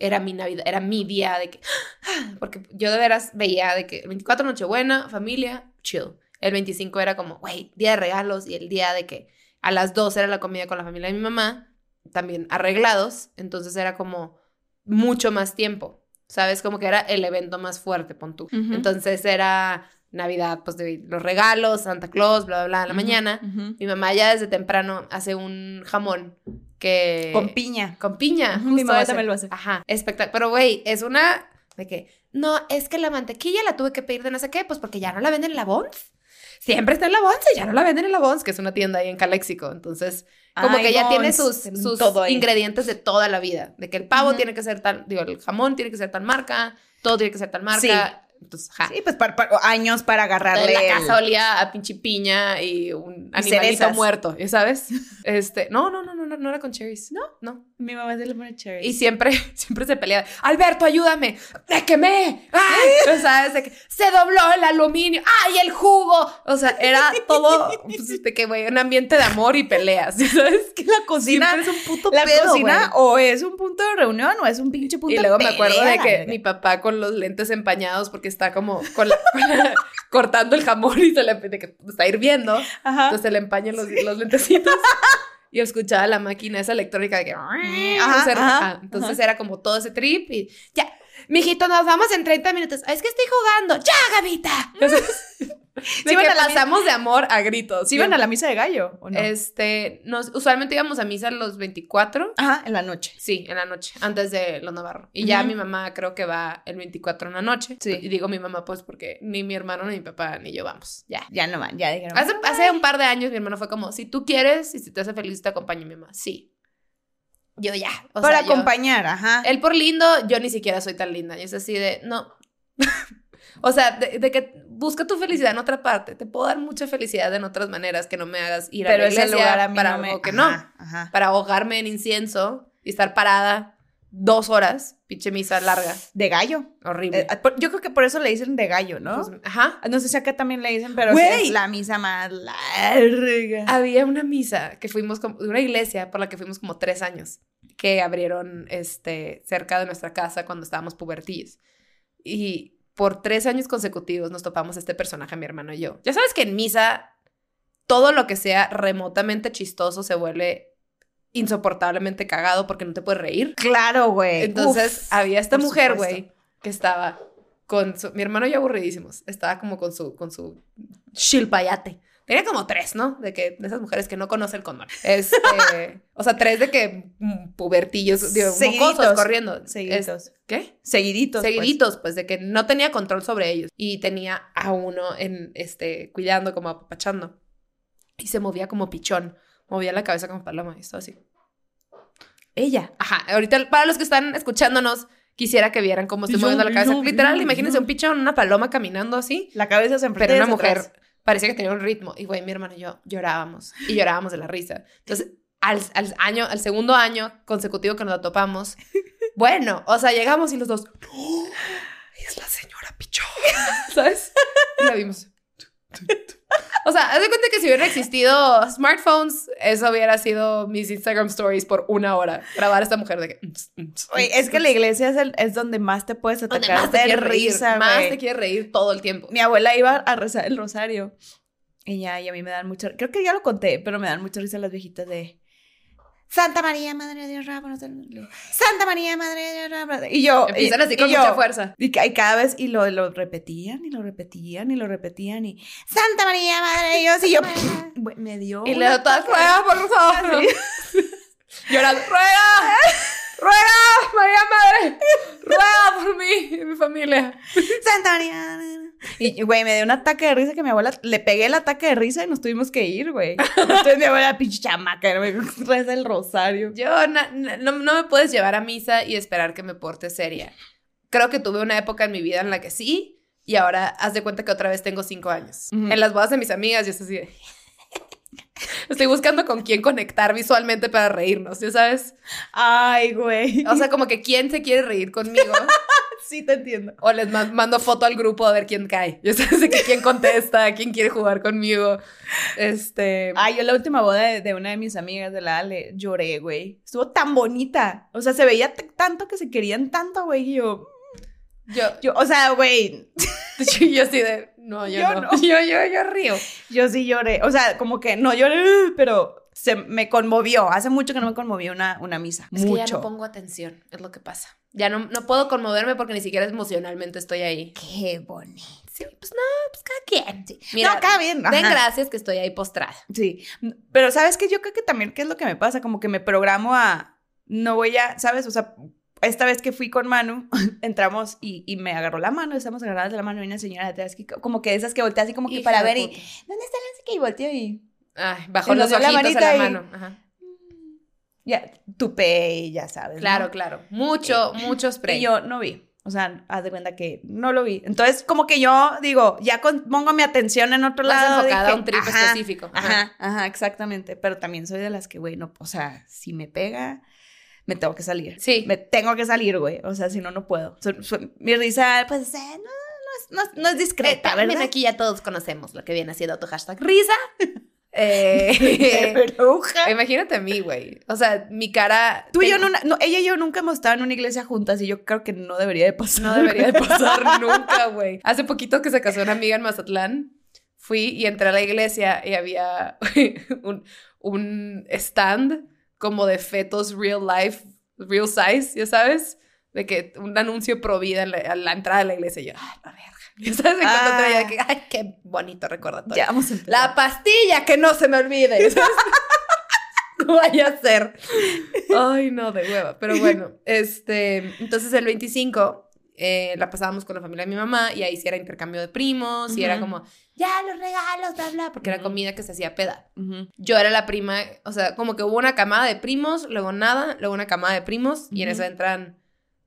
era mi Navidad, era mi día de que. Porque yo de veras veía de que el 24 Nochebuena, familia, chill. El 25 era como, güey, día de regalos. Y el día de que a las 2 era la comida con la familia de mi mamá, también arreglados. Entonces era como mucho más tiempo. ¿Sabes? Como que era el evento más fuerte, pon tú. Ujú. Entonces era Navidad, pues de los regalos, Santa Claus, bla, bla, bla, en la mañana. Ujú. Mi mamá ya desde temprano hace un jamón que... Con piña. Con piña. Ujú, mi justo mamá ese. también lo hace. Ajá, espectacular. Pero, güey, es una... De que, no, es que la mantequilla la tuve que pedir de no sé qué, pues porque ya no la venden en la Bonds. siempre está en la Bonce, ya no la venden en la Bonce, que es una tienda ahí en Caléxico. Entonces, como Ay, que ya tiene Bonds, sus, sus todo ahí. ingredientes de toda la vida. De que el pavo Ujú. tiene que ser tal, digo, el jamón tiene que ser tal marca, todo tiene que ser tal marca. Entonces, ja. Sí, pues para, para- años para agarrarle. Ah. la el- casa olía a pinche piña y un Y animalito cerezas. muerto, ¿ya sabes? Este, no, no, no, no, no, no era con cherries. No, no. Mi mamá se le pone cherry. Y siempre, siempre se pelea. Alberto, ayúdame. Me quemé. Ay, o sea, de que se dobló el aluminio. Ay, el jugo. O sea, era todo pues, este, que, güey, un ambiente de amor y peleas. ¿ya ¿Sabes? que la cocina, Siempre es un puto la pedo, cocina güey. o es un punto de reunión o es un pinche punto Y luego de me acuerdo pelea, de la que verga. mi papá con los lentes empañados porque está como con la- con la- cortando el jamón y se le de que está hirviendo. Ajá. Entonces se le empañan los, los lentecitos. Y escuchaba la máquina esa electrónica de que... Ajá, o sea, Mm, ajá, ajá. Entonces era como todo ese trip y ya. Mijito, nos vamos en 30 minutos. "Ah, Es que estoy jugando. ¡Ya, Gavita! Entonces, de iban que a la pasamos de amor a gritos. ¿Sí iban a la misa de gallo o no? Este, nos, usualmente íbamos a misa a los 24. Ajá, en la noche. Sí, en la noche, antes de los Navarro. Y ya Ujú. mi mamá creo que va el 24 en la noche. Sí. Y digo mi mamá pues porque ni mi hermano, ni mi papá, ni yo vamos. Ya. Ya no van, ya dijeron. Hace, hace un par de años mi hermano fue como, si tú quieres y si te hace feliz te acompaño mi mamá. Sí. Yo ya. O Para sea, yo- acompañar, ajá. él por lindo, yo ni siquiera soy tan linda. Y es así de, no. o sea, de, de que busca tu felicidad en otra parte. Te puedo dar mucha felicidad en otras maneras que no me hagas ir a la iglesia para algo que no. Ajá, ajá. Para ahogarme en incienso y estar parada dos horas, pinche misa larga, De gallo. horrible. Eh, por- yo creo que por eso le dicen de gallo, ¿no? Ah, Pues, ajá. no sé si acá también le dicen, pero Güey. sí es la misa más larga. Había una misa que fuimos, como, una iglesia por la que fuimos como tres años, que abrieron este, cerca de nuestra casa cuando estábamos pubertillos. Y por tres años consecutivos nos topamos este personaje, mi hermano y yo. Ya sabes que en misa todo lo que sea remotamente chistoso se vuelve insoportablemente cagado porque no te puedes reír. Claro, güey. Entonces Uf. había esta por mujer, supuesto. güey, que estaba con su, mi hermano y yo aburridísimos, estaba como con su, con su chilpayate. Tenía como tres, ¿no? De que de esas mujeres que no conoce el condón. Este, o sea, tres de que mm, pubertillos, digo, Seguiditos. mocosos corriendo. Es- Seguiditos. ¿Qué? Seguiditos. pues. Seguiditos, pues. de que no tenía control sobre ellos. Y tenía a uno en, este, cuidando, como apapachando. Y se movía como pichón. Movía la cabeza como paloma y estaba así. Ella. Ajá, ahorita para los que están escuchándonos, quisiera que vieran cómo estoy Yo moviendo la cabeza. no, Literal, no, imagínense no. un pichón, una paloma caminando así, La cabeza se enfrenta. pero y una hacia mujer atrás. parecía que tenía un ritmo. Y güey, mi hermano y yo llorábamos y llorábamos de la risa. Entonces, al, al año, al segundo año consecutivo que nos la topamos, bueno, o sea, llegamos y los dos, "No, es la señora pichón, ¿sabes? Y la vimos. O sea, haz de cuenta que si hubiera existido smartphones, eso hubiera sido mis Instagram stories por una hora. Grabar a esta mujer de que. Güey, es que la iglesia es, el- es donde más te puedes Donde atacar más te de quiere reír, risa, más güey. te quiere reír todo el tiempo. Mi abuela iba a rezar el rosario. Y ya, y a mí me dan mucho. Creo que ya lo conté, pero me dan mucha risa las viejitas de. Santa María, Madre de Dios, rábanos del mundo. Santa María, Madre de Dios, rábanos del-". Y yo. Empiezan y- así con y yo, mucha fuerza. Y, ca- y cada vez, y lo, lo repetían, y lo repetían, y lo repetían, y Santa María, Madre de Dios, y yo, güey, me dio. Y le Oh, una da toda ataque. ruega, por favor. Así. Llorando, ruega, ruega, María Madre, ruega por mí y mi familia. Santa María. Y, güey, me dio un ataque de risa que mi abuela, le pegué el ataque de risa y nos tuvimos que ir, güey. Entonces mi abuela, pinche chamaca, me reza el rosario. Yo na- na- no, no me puedes llevar a misa y esperar que me porte seria. Creo que tuve una época en mi vida en la que sí, y ahora haz de cuenta que otra vez tengo cinco años. Ujú. En las bodas de mis amigas, yo estoy así de- Estoy buscando con quién conectar visualmente para reírnos, ¿ya sabes? Ay, güey. O sea, como que quién se quiere reír conmigo sí te entiendo. o les man- mando foto al grupo a ver quién cae. Ya sabes de que quién contesta, quién quiere jugar conmigo. Este, Ay, yo la última boda de, de una de mis amigas de la Ale, lloré, güey. Estuvo tan bonita. O sea, se veía t- tanto que se querían tanto, güey. Y yo, yo, yo, o sea, güey, yo, yo así de, no, yo, Yo no. no. Yo, yo, yo río. yo sí lloré. O sea, como que no lloré, pero se me conmovió. Hace mucho que no me conmovió una, una misa. Es mucho. que ya no pongo atención, es lo que pasa. Ya no, no puedo conmoverme porque ni siquiera emocionalmente estoy ahí. Qué bonito. Sí, pues no, pues cada quien. no, cada bien. ajá. den gracias que estoy ahí postrada. Sí, pero sabes que yo creo que también qué es lo que me pasa, como que me programo a no voy a, ¿sabes? O sea, esta vez que fui con Manu, entramos y, y me agarró la mano, estamos agarradas de la mano y una señora detrás, que, como que de esas que voltea así como que Hija para de ver y, puta. ¿dónde está la que Y volteo y, Ay, Se bajó nos los dio la ojitos a manita la y- mano. Ajá. ya, tupé y ya sabes. ¿no? Claro, claro. Mucho, mucho spray. Y yo no vi. O sea, haz de cuenta que no lo vi. Entonces, como que yo digo, ya con- pongo mi atención en otro más lado. enfocada a dije, un trip "Ajá, específico. Ajá. Ajá, ajá, exactamente. Pero también soy de las que, güey, no, o sea, si me pega, me tengo que salir. Sí. Me tengo que salir, güey. O sea, si no, no puedo. So- so- mi risa, pues, eh, no, no, es, no- no es Eh, discreta, también ¿verdad? aquí ya todos conocemos lo que viene siendo tu hashtag risa. Eh, Bruja. imagínate a mí, güey. O sea, mi cara. Tú y yo, en tengo- una- no, ella y yo nunca hemos estado en una iglesia juntas y yo creo que no debería de pasar. No debería de güey. pasar nunca, güey. Hace poquito que se casó una amiga en Mazatlán, fui y entré a la iglesia y había un, un stand como de fetos real life, real size, ya sabes, de que un anuncio pro vida en la, a la entrada de la iglesia. Y yo, ay, la verga. Ya sabes, en cuanto Ah. traía de que, ay, qué bonito recordatorio. Ya vamos a empezar. La pastilla que no se me olvide. ¿sabes? No vaya a ser. Ay, no, de hueva. Pero bueno, este, entonces el 25 eh, la pasábamos con la familia de mi mamá y ahí sí era intercambio de primos y era Ujú. como, ya los regalos, bla, bla, porque era Ujú. comida que se hacía peda. Ujú. Yo era la prima, o sea, como que hubo una camada de primos, luego nada, luego una camada de primos y en Ujú. eso entran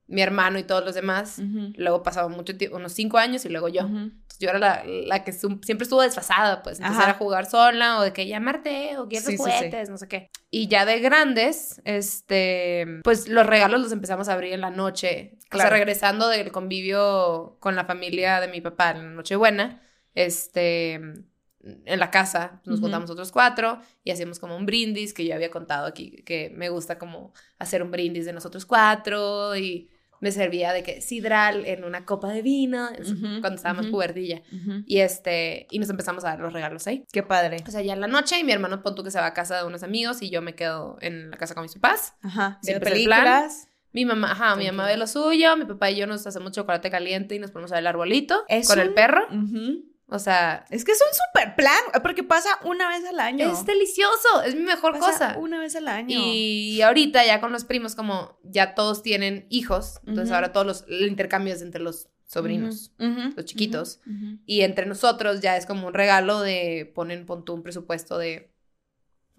mi hermano y todos los demás. Ujú. Luego pasaba mucho tiempo, unos cinco años y luego yo. Ujú. Entonces, yo era la, la que su- siempre estuvo desfasada, pues. Entonces Ajá. era jugar sola o de que llamarte o que Sí, sí, sí. juguetes, no sé qué. Y ya de grandes, este, pues los regalos los empezamos a abrir en la noche. O Claro. sea, regresando del convivio con la familia de mi papá en la Nochebuena, este, en la casa nos Ujú. juntamos otros cuatro y hacíamos como un brindis que yo había contado aquí, que me gusta como hacer un brindis de nosotros cuatro y me servía de que sidral en una copa de vino, es- Ujú, cuando estaba más ujú. pubertilla. Ujú. Y este, y nos empezamos a dar los regalos ahí. Qué padre. O sea, ya en la noche y mi hermano pon tú que se va a casa de unos amigos y yo me quedo en la casa con mis papás. Ajá. Viendo Siempre es el plan. películas. Mi mamá, ajá, mi Tranquila. mamá ve lo suyo, mi papá y yo nos hacemos chocolate caliente y nos ponemos a ver el arbolito Es con el un- perro. Ujú. O sea, Es que es un super plan, porque pasa una vez al año. es delicioso, es mi mejor Pasa cosa. Una vez al año. Y ahorita ya con los primos, como ya todos tienen hijos, entonces Ujú. ahora todos los el intercambio es entre los sobrinos. Ujú, ujú, los chiquitos. ujú, ujú. Y entre nosotros ya es como un regalo de ponen, pon tú un presupuesto de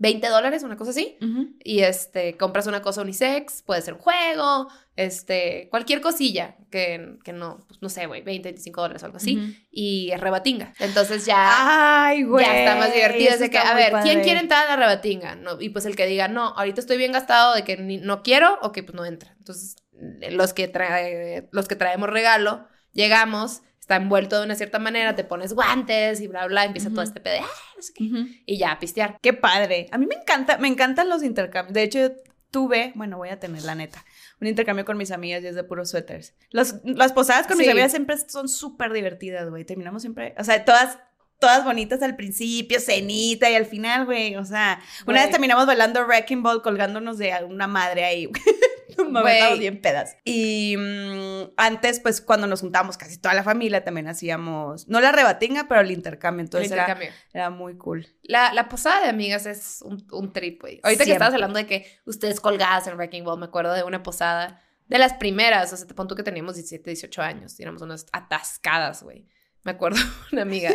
20 dólares, una cosa así. Ujú. Y este, compras una cosa unisex, puede ser un juego, este, cualquier cosilla que, que no, pues no sé, güey, 20, 25 dólares o algo así. Ujú. Ah, Y es rebatinga. Entonces ya, Ay, güey. ya está más divertido. Es eso de que, está a muy ver, ¿quién padre. quiere entrar a la rebatinga? No, y pues el que diga, no, ahorita estoy bien gastado de que ni- no quiero, ok, pues no entra. Entonces, mm, los que, trae, los que traemos regalo, llegamos, está envuelto de una cierta manera, te pones guantes y bla, bla, empieza todo Ujú. este pedo, de, "Ah, no sé qué", Ujú. y ya a pistear. Qué padre. A mí me encanta, me encantan los intercambios. De hecho, yo tuve, bueno, voy a tener la neta, un intercambio con mis amigas y es de puros suéteres. Los- las posadas con mis Sí. amigas siempre son súper divertidas, güey. Terminamos siempre, o sea, todas todas bonitas al principio, cenita y al final, güey, o sea, una Güey. vez terminamos bailando Wrecking Ball colgándonos de una madre ahí. güey. No mames, Güey. estábamos bien pedas. Y mm, antes, pues, cuando nos juntábamos casi toda la familia, también hacíamos, no la rebatinga, pero el intercambio. Entonces, era- Intercambio. era muy cool. La, la posada de amigas es un, un trip, güey. Ahorita que Siempre. estabas hablando de que ustedes colgadas en Wrecking Ball, me acuerdo de una posada de las primeras. O sea, te pon tú que teníamos 17, 18 años. Y éramos unas atascadas, güey. Me acuerdo una amiga.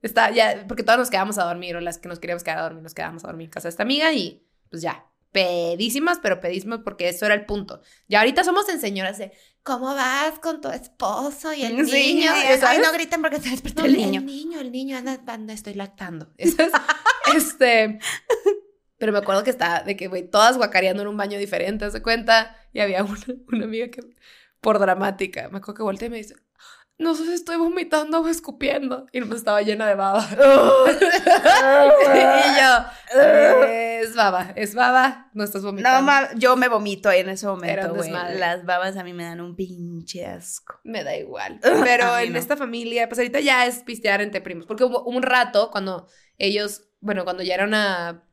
Está ya, porque todas nos quedábamos a dormir, o las que nos queríamos quedar a dormir, nos quedábamos a dormir en casa de esta amiga y pues ya. Pedísimas, pero pedísimas porque eso era el punto. Ya ahorita somos en señoras de ¿cómo vas con tu esposo y el Sí, niño? sí, Ya sabes. ay, no griten porque se despertó No, el niño. El niño, el niño, anda, anda, estoy lactando. Eso es, este. Pero me acuerdo que estaba de que, güey, todas guacareando en un baño diferente, se cuenta. Y había una, una amiga que, por dramática, me acuerdo que volteé y me dice, no sé si estoy vomitando o escupiendo. Y pues estaba llena de baba. Oh, y yo, es baba, es baba, no estás vomitando. No, ma- yo me vomito en ese Era momento, un güey. desmadre. Las babas a mí me dan un pinche asco. Me da igual. Pero A mí en no. esta familia, pues ahorita ya es pistear entre primos. Porque hubo un rato cuando ellos, bueno, cuando ya era una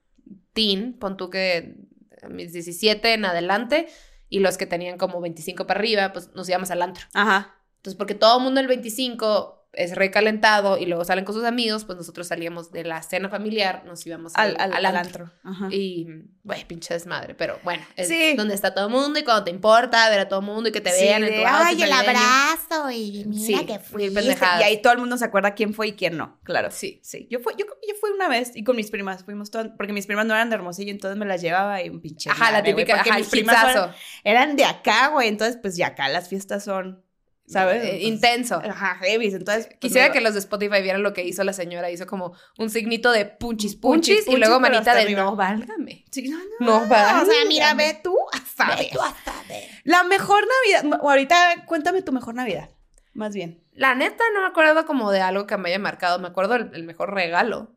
teen, pon tú que a mis 17 en adelante, y los que tenían como 25 para arriba, pues nos íbamos al antro. Ajá. Entonces, porque todo el mundo el 25 es recalentado y luego salen con sus amigos, pues nosotros salíamos de la cena familiar, nos íbamos al, al, antro. Ajá. Y, bueno, pinche desmadre, pero bueno, es Sí. donde está todo el mundo y cuando te importa ver a todo el mundo y que te Sí, vean en de, tu outfit ay, el navideño". abrazo y mira Sí, que mil fuiste. pendejadas. Y ahí todo el mundo se acuerda quién fue y quién no, claro. Sí. Sí, yo, fui, yo creo que yo fui una vez y con mis primas fuimos todas, porque mis primas no eran de Hermosillo, entonces me las llevaba y un pinche. Ajá, la madre, güey, típica, porque ajá, mis el primas hipsazo. eran, eran de acá, güey, entonces pues ya acá las fiestas son, ¿sabes? Eh, Entonces, intenso. Ajá, heavy, entonces. pues, Quisiera me- que los de Spotify vieran lo que hizo la señora. Hizo como un signito de punchis, Punchis, punchis, y punchis, pero luego manita hasta de arriba. no, válgame. Sí, no, no, No, o sea, válgame. mira, ve tú a saber. Ve tú a saber. La mejor Navidad, ahorita cuéntame tu mejor Navidad, más bien. La neta, no me acuerdo como de algo que me haya marcado. Me acuerdo el, el mejor regalo.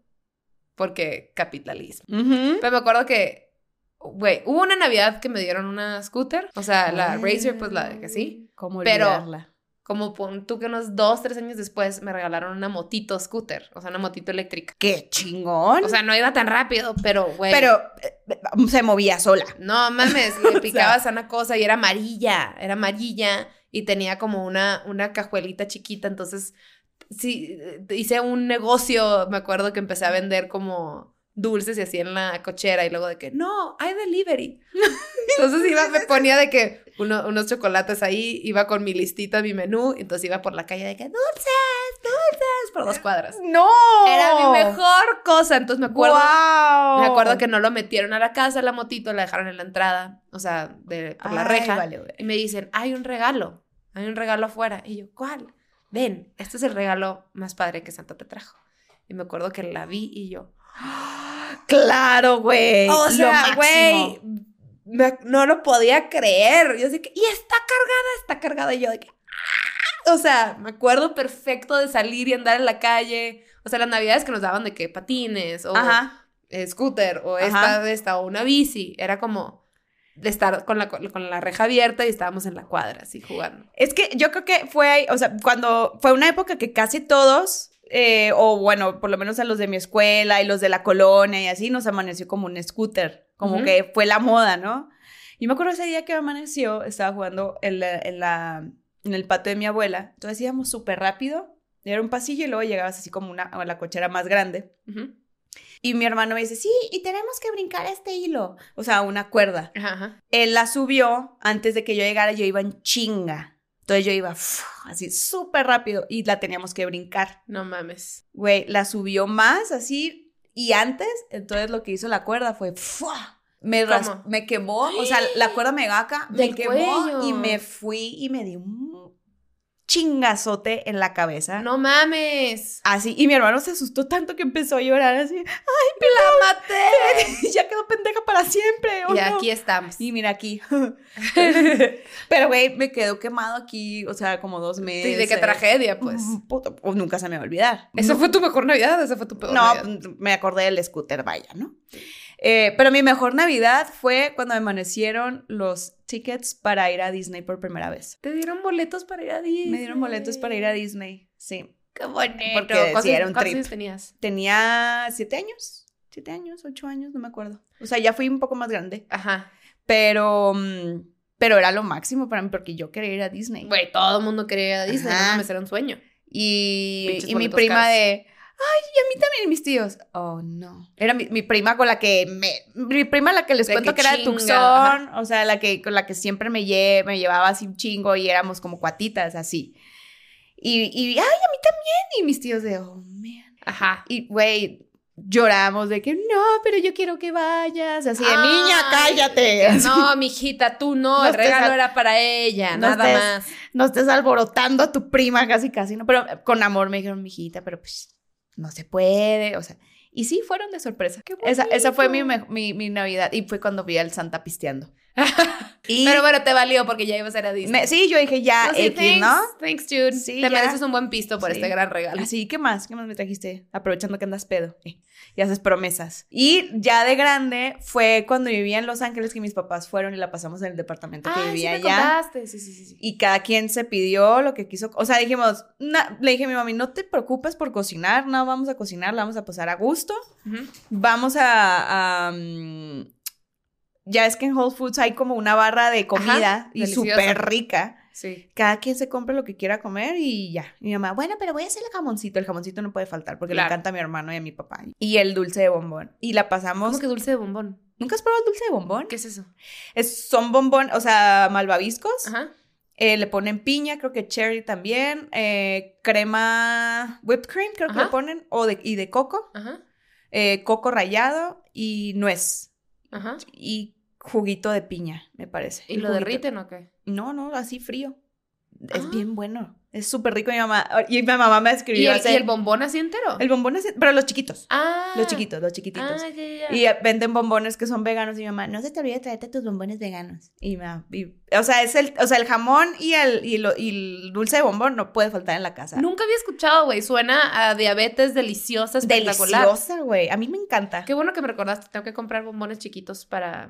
Porque capitalismo. Pero me acuerdo que, güey, hubo una Navidad que me dieron una scooter. O sea, Ah. la Razer, pues la que sí. ¿Cómo Pero- olvidarla? Como pon tú que unos dos, tres años después me regalaron una motito scooter. O sea, una motito eléctrica. ¡Qué chingón! O sea, no iba tan rápido, pero, güey. pero eh, eh, se movía sola. No mames, le picabas a una cosa y era amarilla, era amarilla y tenía como una, una cajuelita chiquita, entonces sí, eh, hice un negocio, me acuerdo que empecé a vender como dulces y así en la cochera y luego de que, no, hay delivery. Entonces iba, me ponía de que uno- unos chocolates ahí, iba con mi listita, mi menú, entonces iba por la calle de que, dulces, dulces, por dos cuadras. ¡No! Era mi mejor cosa, entonces me acuerdo ¡Guau! me acuerdo que no lo metieron a la casa, la motito, la dejaron en la entrada, o sea, de, por la Ay, reja. vale, güey. Y me dicen, hay un regalo, hay un regalo afuera. Y yo, ¿cuál? Ven, este es el regalo más padre que Santa te trajo. Y me acuerdo que la vi y yo, Claro, güey. o sea, Eh, Lo máximo. güey, me- no lo podía creer. Yo así que, y está cargada, está cargada. Y yo de que, ¡ah! o sea, me acuerdo perfecto de salir y andar en la calle. O sea, las navidades que nos daban de que patines o Ajá. eh, scooter o Ajá. esta, esta o una bici. Era como de estar con la, co- con la reja abierta y estábamos en la cuadra así jugando. Es que yo creo que fue ahí, o sea, cuando fue una época que casi todos, eh, o bueno, por lo menos a los de mi escuela y los de la colonia y así, nos amaneció como un scooter, como Ujú. que fue la moda, ¿no? Y me acuerdo ese día que amaneció, estaba jugando en, la- en, la- en el patio de mi abuela, entonces íbamos súper rápido, era un pasillo y luego llegabas así como una, a la cochera más grande. Ujú. Y mi hermano me dice, sí, y tenemos que brincar este hilo, o sea, una cuerda. Ajá, ajá. Él la subió antes de que yo llegara, yo iba en chinga. Entonces yo iba ¡fuf! así súper rápido y la teníamos que brincar. No mames. Güey, la subió más así y antes, entonces lo que hizo la cuerda fue ¡fua! Me, ras- ¿Cómo? me quemó, o sea, la cuerda me gaca, me Del quemó cuello. y me fui y me di un chingazote en la cabeza. No mames. Así, y mi hermano se asustó tanto que empezó a llorar así, ¡La maté! ya quedó pendeja para siempre. oh, Y no". aquí estamos. Y mira aquí. Pero, güey, me quedó quemado aquí, o sea, como dos meses. Sí, de qué tragedia, pues. Pues. Puta, o nunca se me va a olvidar. ¿Esa fue tu mejor Navidad o esa fue tu peor No, pues, Navidad? me acordé del scooter, vaya, ¿no? Eh, pero mi mejor Navidad fue cuando me amanecieron los tickets para ir a Disney por primera vez. Te dieron boletos para ir a Disney. Me dieron boletos para ir a Disney, sí. Qué bonito. Porque ¿Cuántos- sí, era un cuántos trip. años tenías? Tenía siete años, siete años, ocho años, no me acuerdo. O sea, ya fui un poco más grande, Ajá. pero, mm, pero era lo máximo para mí porque yo quería ir a Disney. Güey, todo el mundo quería ir a Disney. Ajá. No mames, era un sueño. Y, Pinches y mi boletos prima caros. de, ay, y a mí también, mis tíos. Oh, no. Era mi, mi prima con la que, me- mi prima la que les De cuento que, que era de chinga, Tucson, ajá. o sea, la que, con la que siempre me, lle- me llevaba así un chingo y éramos como cuatitas, así. Y, y, ay, a mí también. Y mis tíos de, oh, man. Ajá. Y, güey, lloramos de que, no, pero yo quiero que vayas. Así de, Ay, niña, cállate. Así, no. No, mijita, tú no. No el regalo estés- era para ella, no nada estés- más. estés alborotando a tu prima casi, casi, ¿no? Pero eh, con amor me dijeron, mijita, pero pues no se puede, o sea. Y sí, fueron de sorpresa. Esa, esa fue mi, me- mi, mi Navidad y fue cuando vi al Santa pisteando. Y Pero bueno, te valió porque ya ibas a ir a Disney. me- sí, yo dije ya, No, sí, X, thanks, ¿no? thanks, dude. Sí, te ya. mereces un buen pisto por Sí. este gran regalo. Así, ¿qué más? ¿Qué más me trajiste? Aprovechando que andas pedo. Eh, y haces promesas. Y ya de grande fue cuando vivía en Los Ángeles que mis papás fueron y la pasamos en el departamento que Ay, Ah, sí vivía me allá. contaste. Sí, sí, sí, sí. y cada quien se pidió lo que quiso. O sea, dijimos, na- le dije a mi mami, no te preocupes por cocinar, no vamos a cocinar, la vamos a pasar a gusto. Ujú. Vamos a... a, mm, ya es que en Whole Foods hay como una barra de comida y deliciosa. súper rica. Sí. Cada quien se compra lo que quiera comer y ya. Mi mamá, bueno, pero voy a hacer el jamoncito. El jamoncito no puede faltar porque Claro. le encanta a mi hermano y a mi papá. Y el dulce de bombón. Y la pasamos. ¿Cómo que dulce de bombón? ¿Nunca has probado el dulce de bombón? ¿Qué es eso? Es, son bombón, o sea, malvaviscos. Ajá. Eh, le ponen piña, creo que cherry también. eh, crema, whipped cream, creo que Ajá. le ponen. O de, y de coco. Ajá. eh, coco rallado y nuez. Ajá. Y juguito de piña, me parece. ¿Y El lo juguito- derriten o qué? No, no, así frío. Es Ah. bien bueno. Es súper rico mi mamá. Y mi mamá me escribió. ¿Y el, hace- y el bombón así entero? el bombón es. Pero los chiquitos. ah. Los chiquitos, los chiquititos. Ah, ya, ya, ya. Y eh, venden bombones que son veganos. Y mi mamá, no se te olvide traerte tus bombones veganos. Y, mi mamá- y- o sea, es el, o sea, el jamón y el, y, lo- y el dulce de bombón no puede faltar en la casa. Nunca había escuchado, güey. Suena a diabetes deliciosa, espectacular. Deliciosa, güey. A mí me encanta. Qué bueno que me recordaste. Tengo que comprar bombones chiquitos para,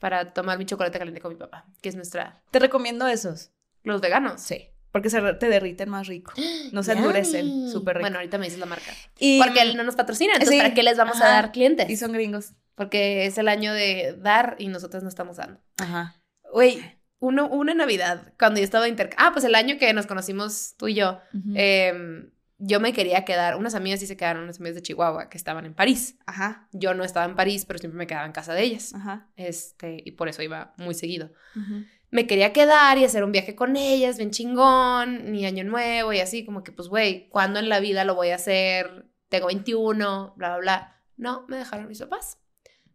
para tomar mi chocolate caliente con mi papá, que es nuestra. Te recomiendo esos. Los veganos. Sí. Porque se re- te derriten más rico. No se endurecen. Yummy. Súper rico. Bueno, ahorita me dices la marca. y, Porque él no nos patrocina, entonces Sí. ¿para qué les vamos a Ajá. dar clientes? y son gringos. Porque es el año de dar y nosotros no estamos dando. Ajá. Güey, uno, una Navidad, cuando yo estaba intercambio. Ah, pues el año que nos conocimos tú y yo, Eh, em, yo me quería quedar. Unas amigas sí se quedaron, unas amigas de Chihuahua que estaban en París. Ajá. Yo no estaba en París, pero siempre me quedaba en casa de ellas. Ajá. Este, y por eso iba muy seguido. Ujú. me quería quedar y hacer un viaje con ellas, bien chingón, ni año nuevo y así, como que pues, güey, ¿cuándo en la vida lo voy a hacer? Tengo 21, bla, bla, bla. No, me dejaron mis papás.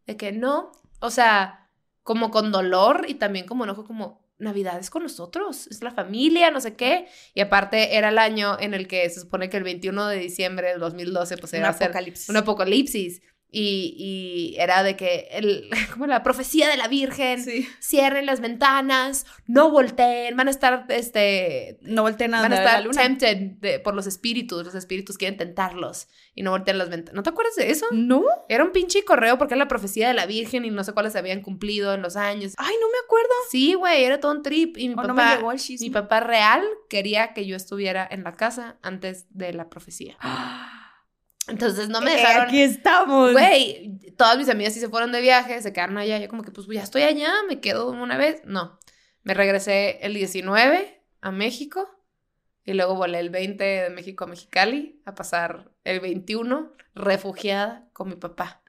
De que no, o sea, como con dolor y también como enojo, como Navidad es con nosotros, es la familia, no sé qué. Y aparte era el año en el que se supone que el 21 de diciembre del 2012 pues Un era hacer apocalipsis. un apocalipsis. Y, y era de que, el, como la profecía de la Virgen, Sí. cierren las ventanas, no volteen, van a estar, este, No volteen a van a donde la estar luna. tempted de- por los espíritus, los espíritus quieren tentarlos y no voltean las ventanas. ¿No te acuerdas de eso? No. Era un pinche correo porque era la profecía de la Virgen y no sé cuáles se habían cumplido en los años. Ay, no me acuerdo. Sí, güey, era todo un trip y mi O papá... no me llegó el chisme. mi papá real quería que yo estuviera en la casa antes de la profecía. Entonces no me Eh, dejaron. Aquí estamos. Güey, todas mis amigas sí se fueron de viaje, se quedaron allá. Yo como que, pues ya estoy allá, me quedo una vez. No, me regresé el 19 a México y luego volé el 20 de México a Mexicali a pasar el 21 refugiada con mi papá.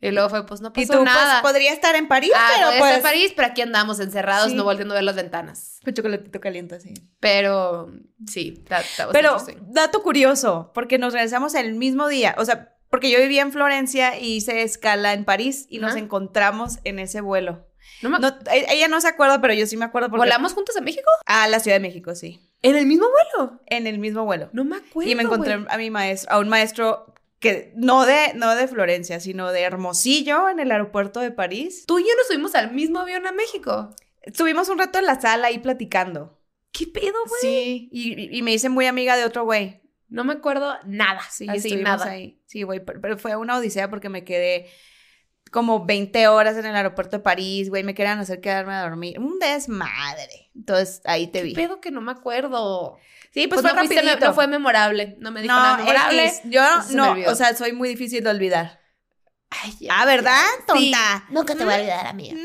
Y luego fue, pues no Y pasó tú pues, nada. podría estar en París, ah, pero podía pues. estar en París, pero aquí andamos encerrados, Sí. no volviendo a ver las ventanas. Con chocolatito caliente, así. Pero sí, that- that was Pero, interesting. dato curioso, porque nos regresamos el mismo día. O sea, porque yo vivía en Florencia y hice escala en París y nos Ajá. encontramos en ese vuelo. No me- No, e- ella no se acuerda, pero yo sí me acuerdo porque. ¿Volamos juntos a México? A la Ciudad de México, sí. ¿En el mismo vuelo? En el mismo vuelo. No me acuerdo. y me encontré güey. a mi maestro, a un maestro que no de, no de Florencia, sino de Hermosillo en el aeropuerto de París. Tú y yo nos subimos al mismo avión a México. Estuvimos un rato en la sala ahí platicando. ¿Qué pedo, güey? Sí, y, y- y me hice muy amiga de otro güey. No me acuerdo nada. Sí, así, estuvimos nada. ahí. Sí, güey, pero, pero fue una odisea porque me quedé como 20 horas en el aeropuerto de París, güey, me querían hacer quedarme a dormir. Un desmadre. Entonces, ahí te vi. ¿Qué pedo que no me acuerdo? Sí, pues, no, fue fuiste- rapidito. no fue memorable. No me dijo No, nada memorable. X, yo entonces se me no, olvidó. o sea, soy muy difícil de olvidar. Ay, ya, Ah, ¿verdad, ya. tonta? Sí, nunca te Mm, voy a olvidar, amiga.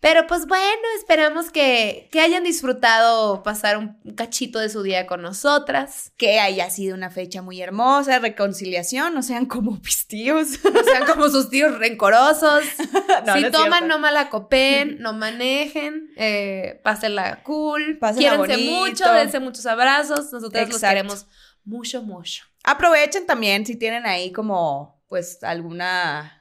Pero pues bueno, esperamos que, que hayan disfrutado pasar un, un cachito de su día con nosotras. que haya sido una fecha muy hermosa, reconciliación, no sean como pistillos. No sean como sus tíos rencorosos. si toman, no no. malacopen, no manejen, eh, pásenla cool, Pásenla quiérense bonito. mucho, dense muchos abrazos, nosotros los Exacto. queremos mucho, mucho. Aprovechen también si tienen ahí como, pues, alguna,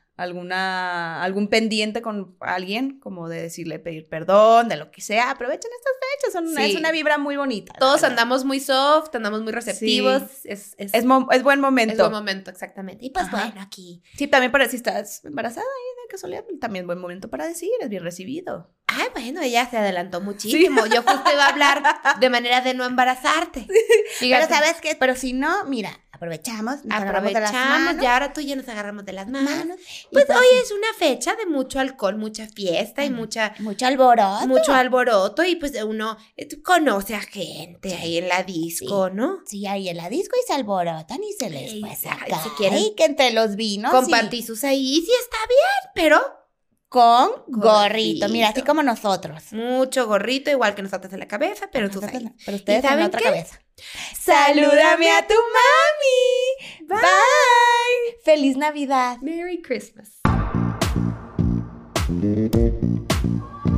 alguna, algún pendiente con alguien, como de decirle pedir perdón, de lo que sea. Aprovechen estas fechas, son- Sí. es una vibra muy bonita. la Todos verdad. andamos muy soft, andamos muy receptivos, es, es, Es, mo- es buen momento. Ah, es buen momento, exactamente. Y pues Ajá. bueno, aquí. sí, también para si estás embarazada y de casualidad, también buen momento para decir, es bien recibido. Ay, bueno, ella se adelantó muchísimo. Yo justo iba a hablar de manera de no embarazarte. Fíjate. que, pero si no, mira, aprovechamos, nos agarramos de las Aprovechamos, manos. ya ahora tú y yo nos agarramos de las manos. manos, y Pues todo hoy es una fecha de mucho alcohol, mucha fiesta y Ajá. mucha Mucho alboroto. mucho alboroto y pues uno eh, conoce a gente ahí en la disco, ¿no? Sí, ahí en la disco y se alborotan y se les Ey, pues ay, acá. si quieren- y que entre los vinos. Compartí sus ahí, sí está bien, pero con gorrito. Mira, así Gorrito. como nosotros. Mucho gorrito, igual que nos atas de la cabeza, pero tú sabes. Pero ustedes en saben la otra qué? cabeza. Salúdame a tu mami. Bye. Bye. Feliz Navidad. Merry Christmas. Thank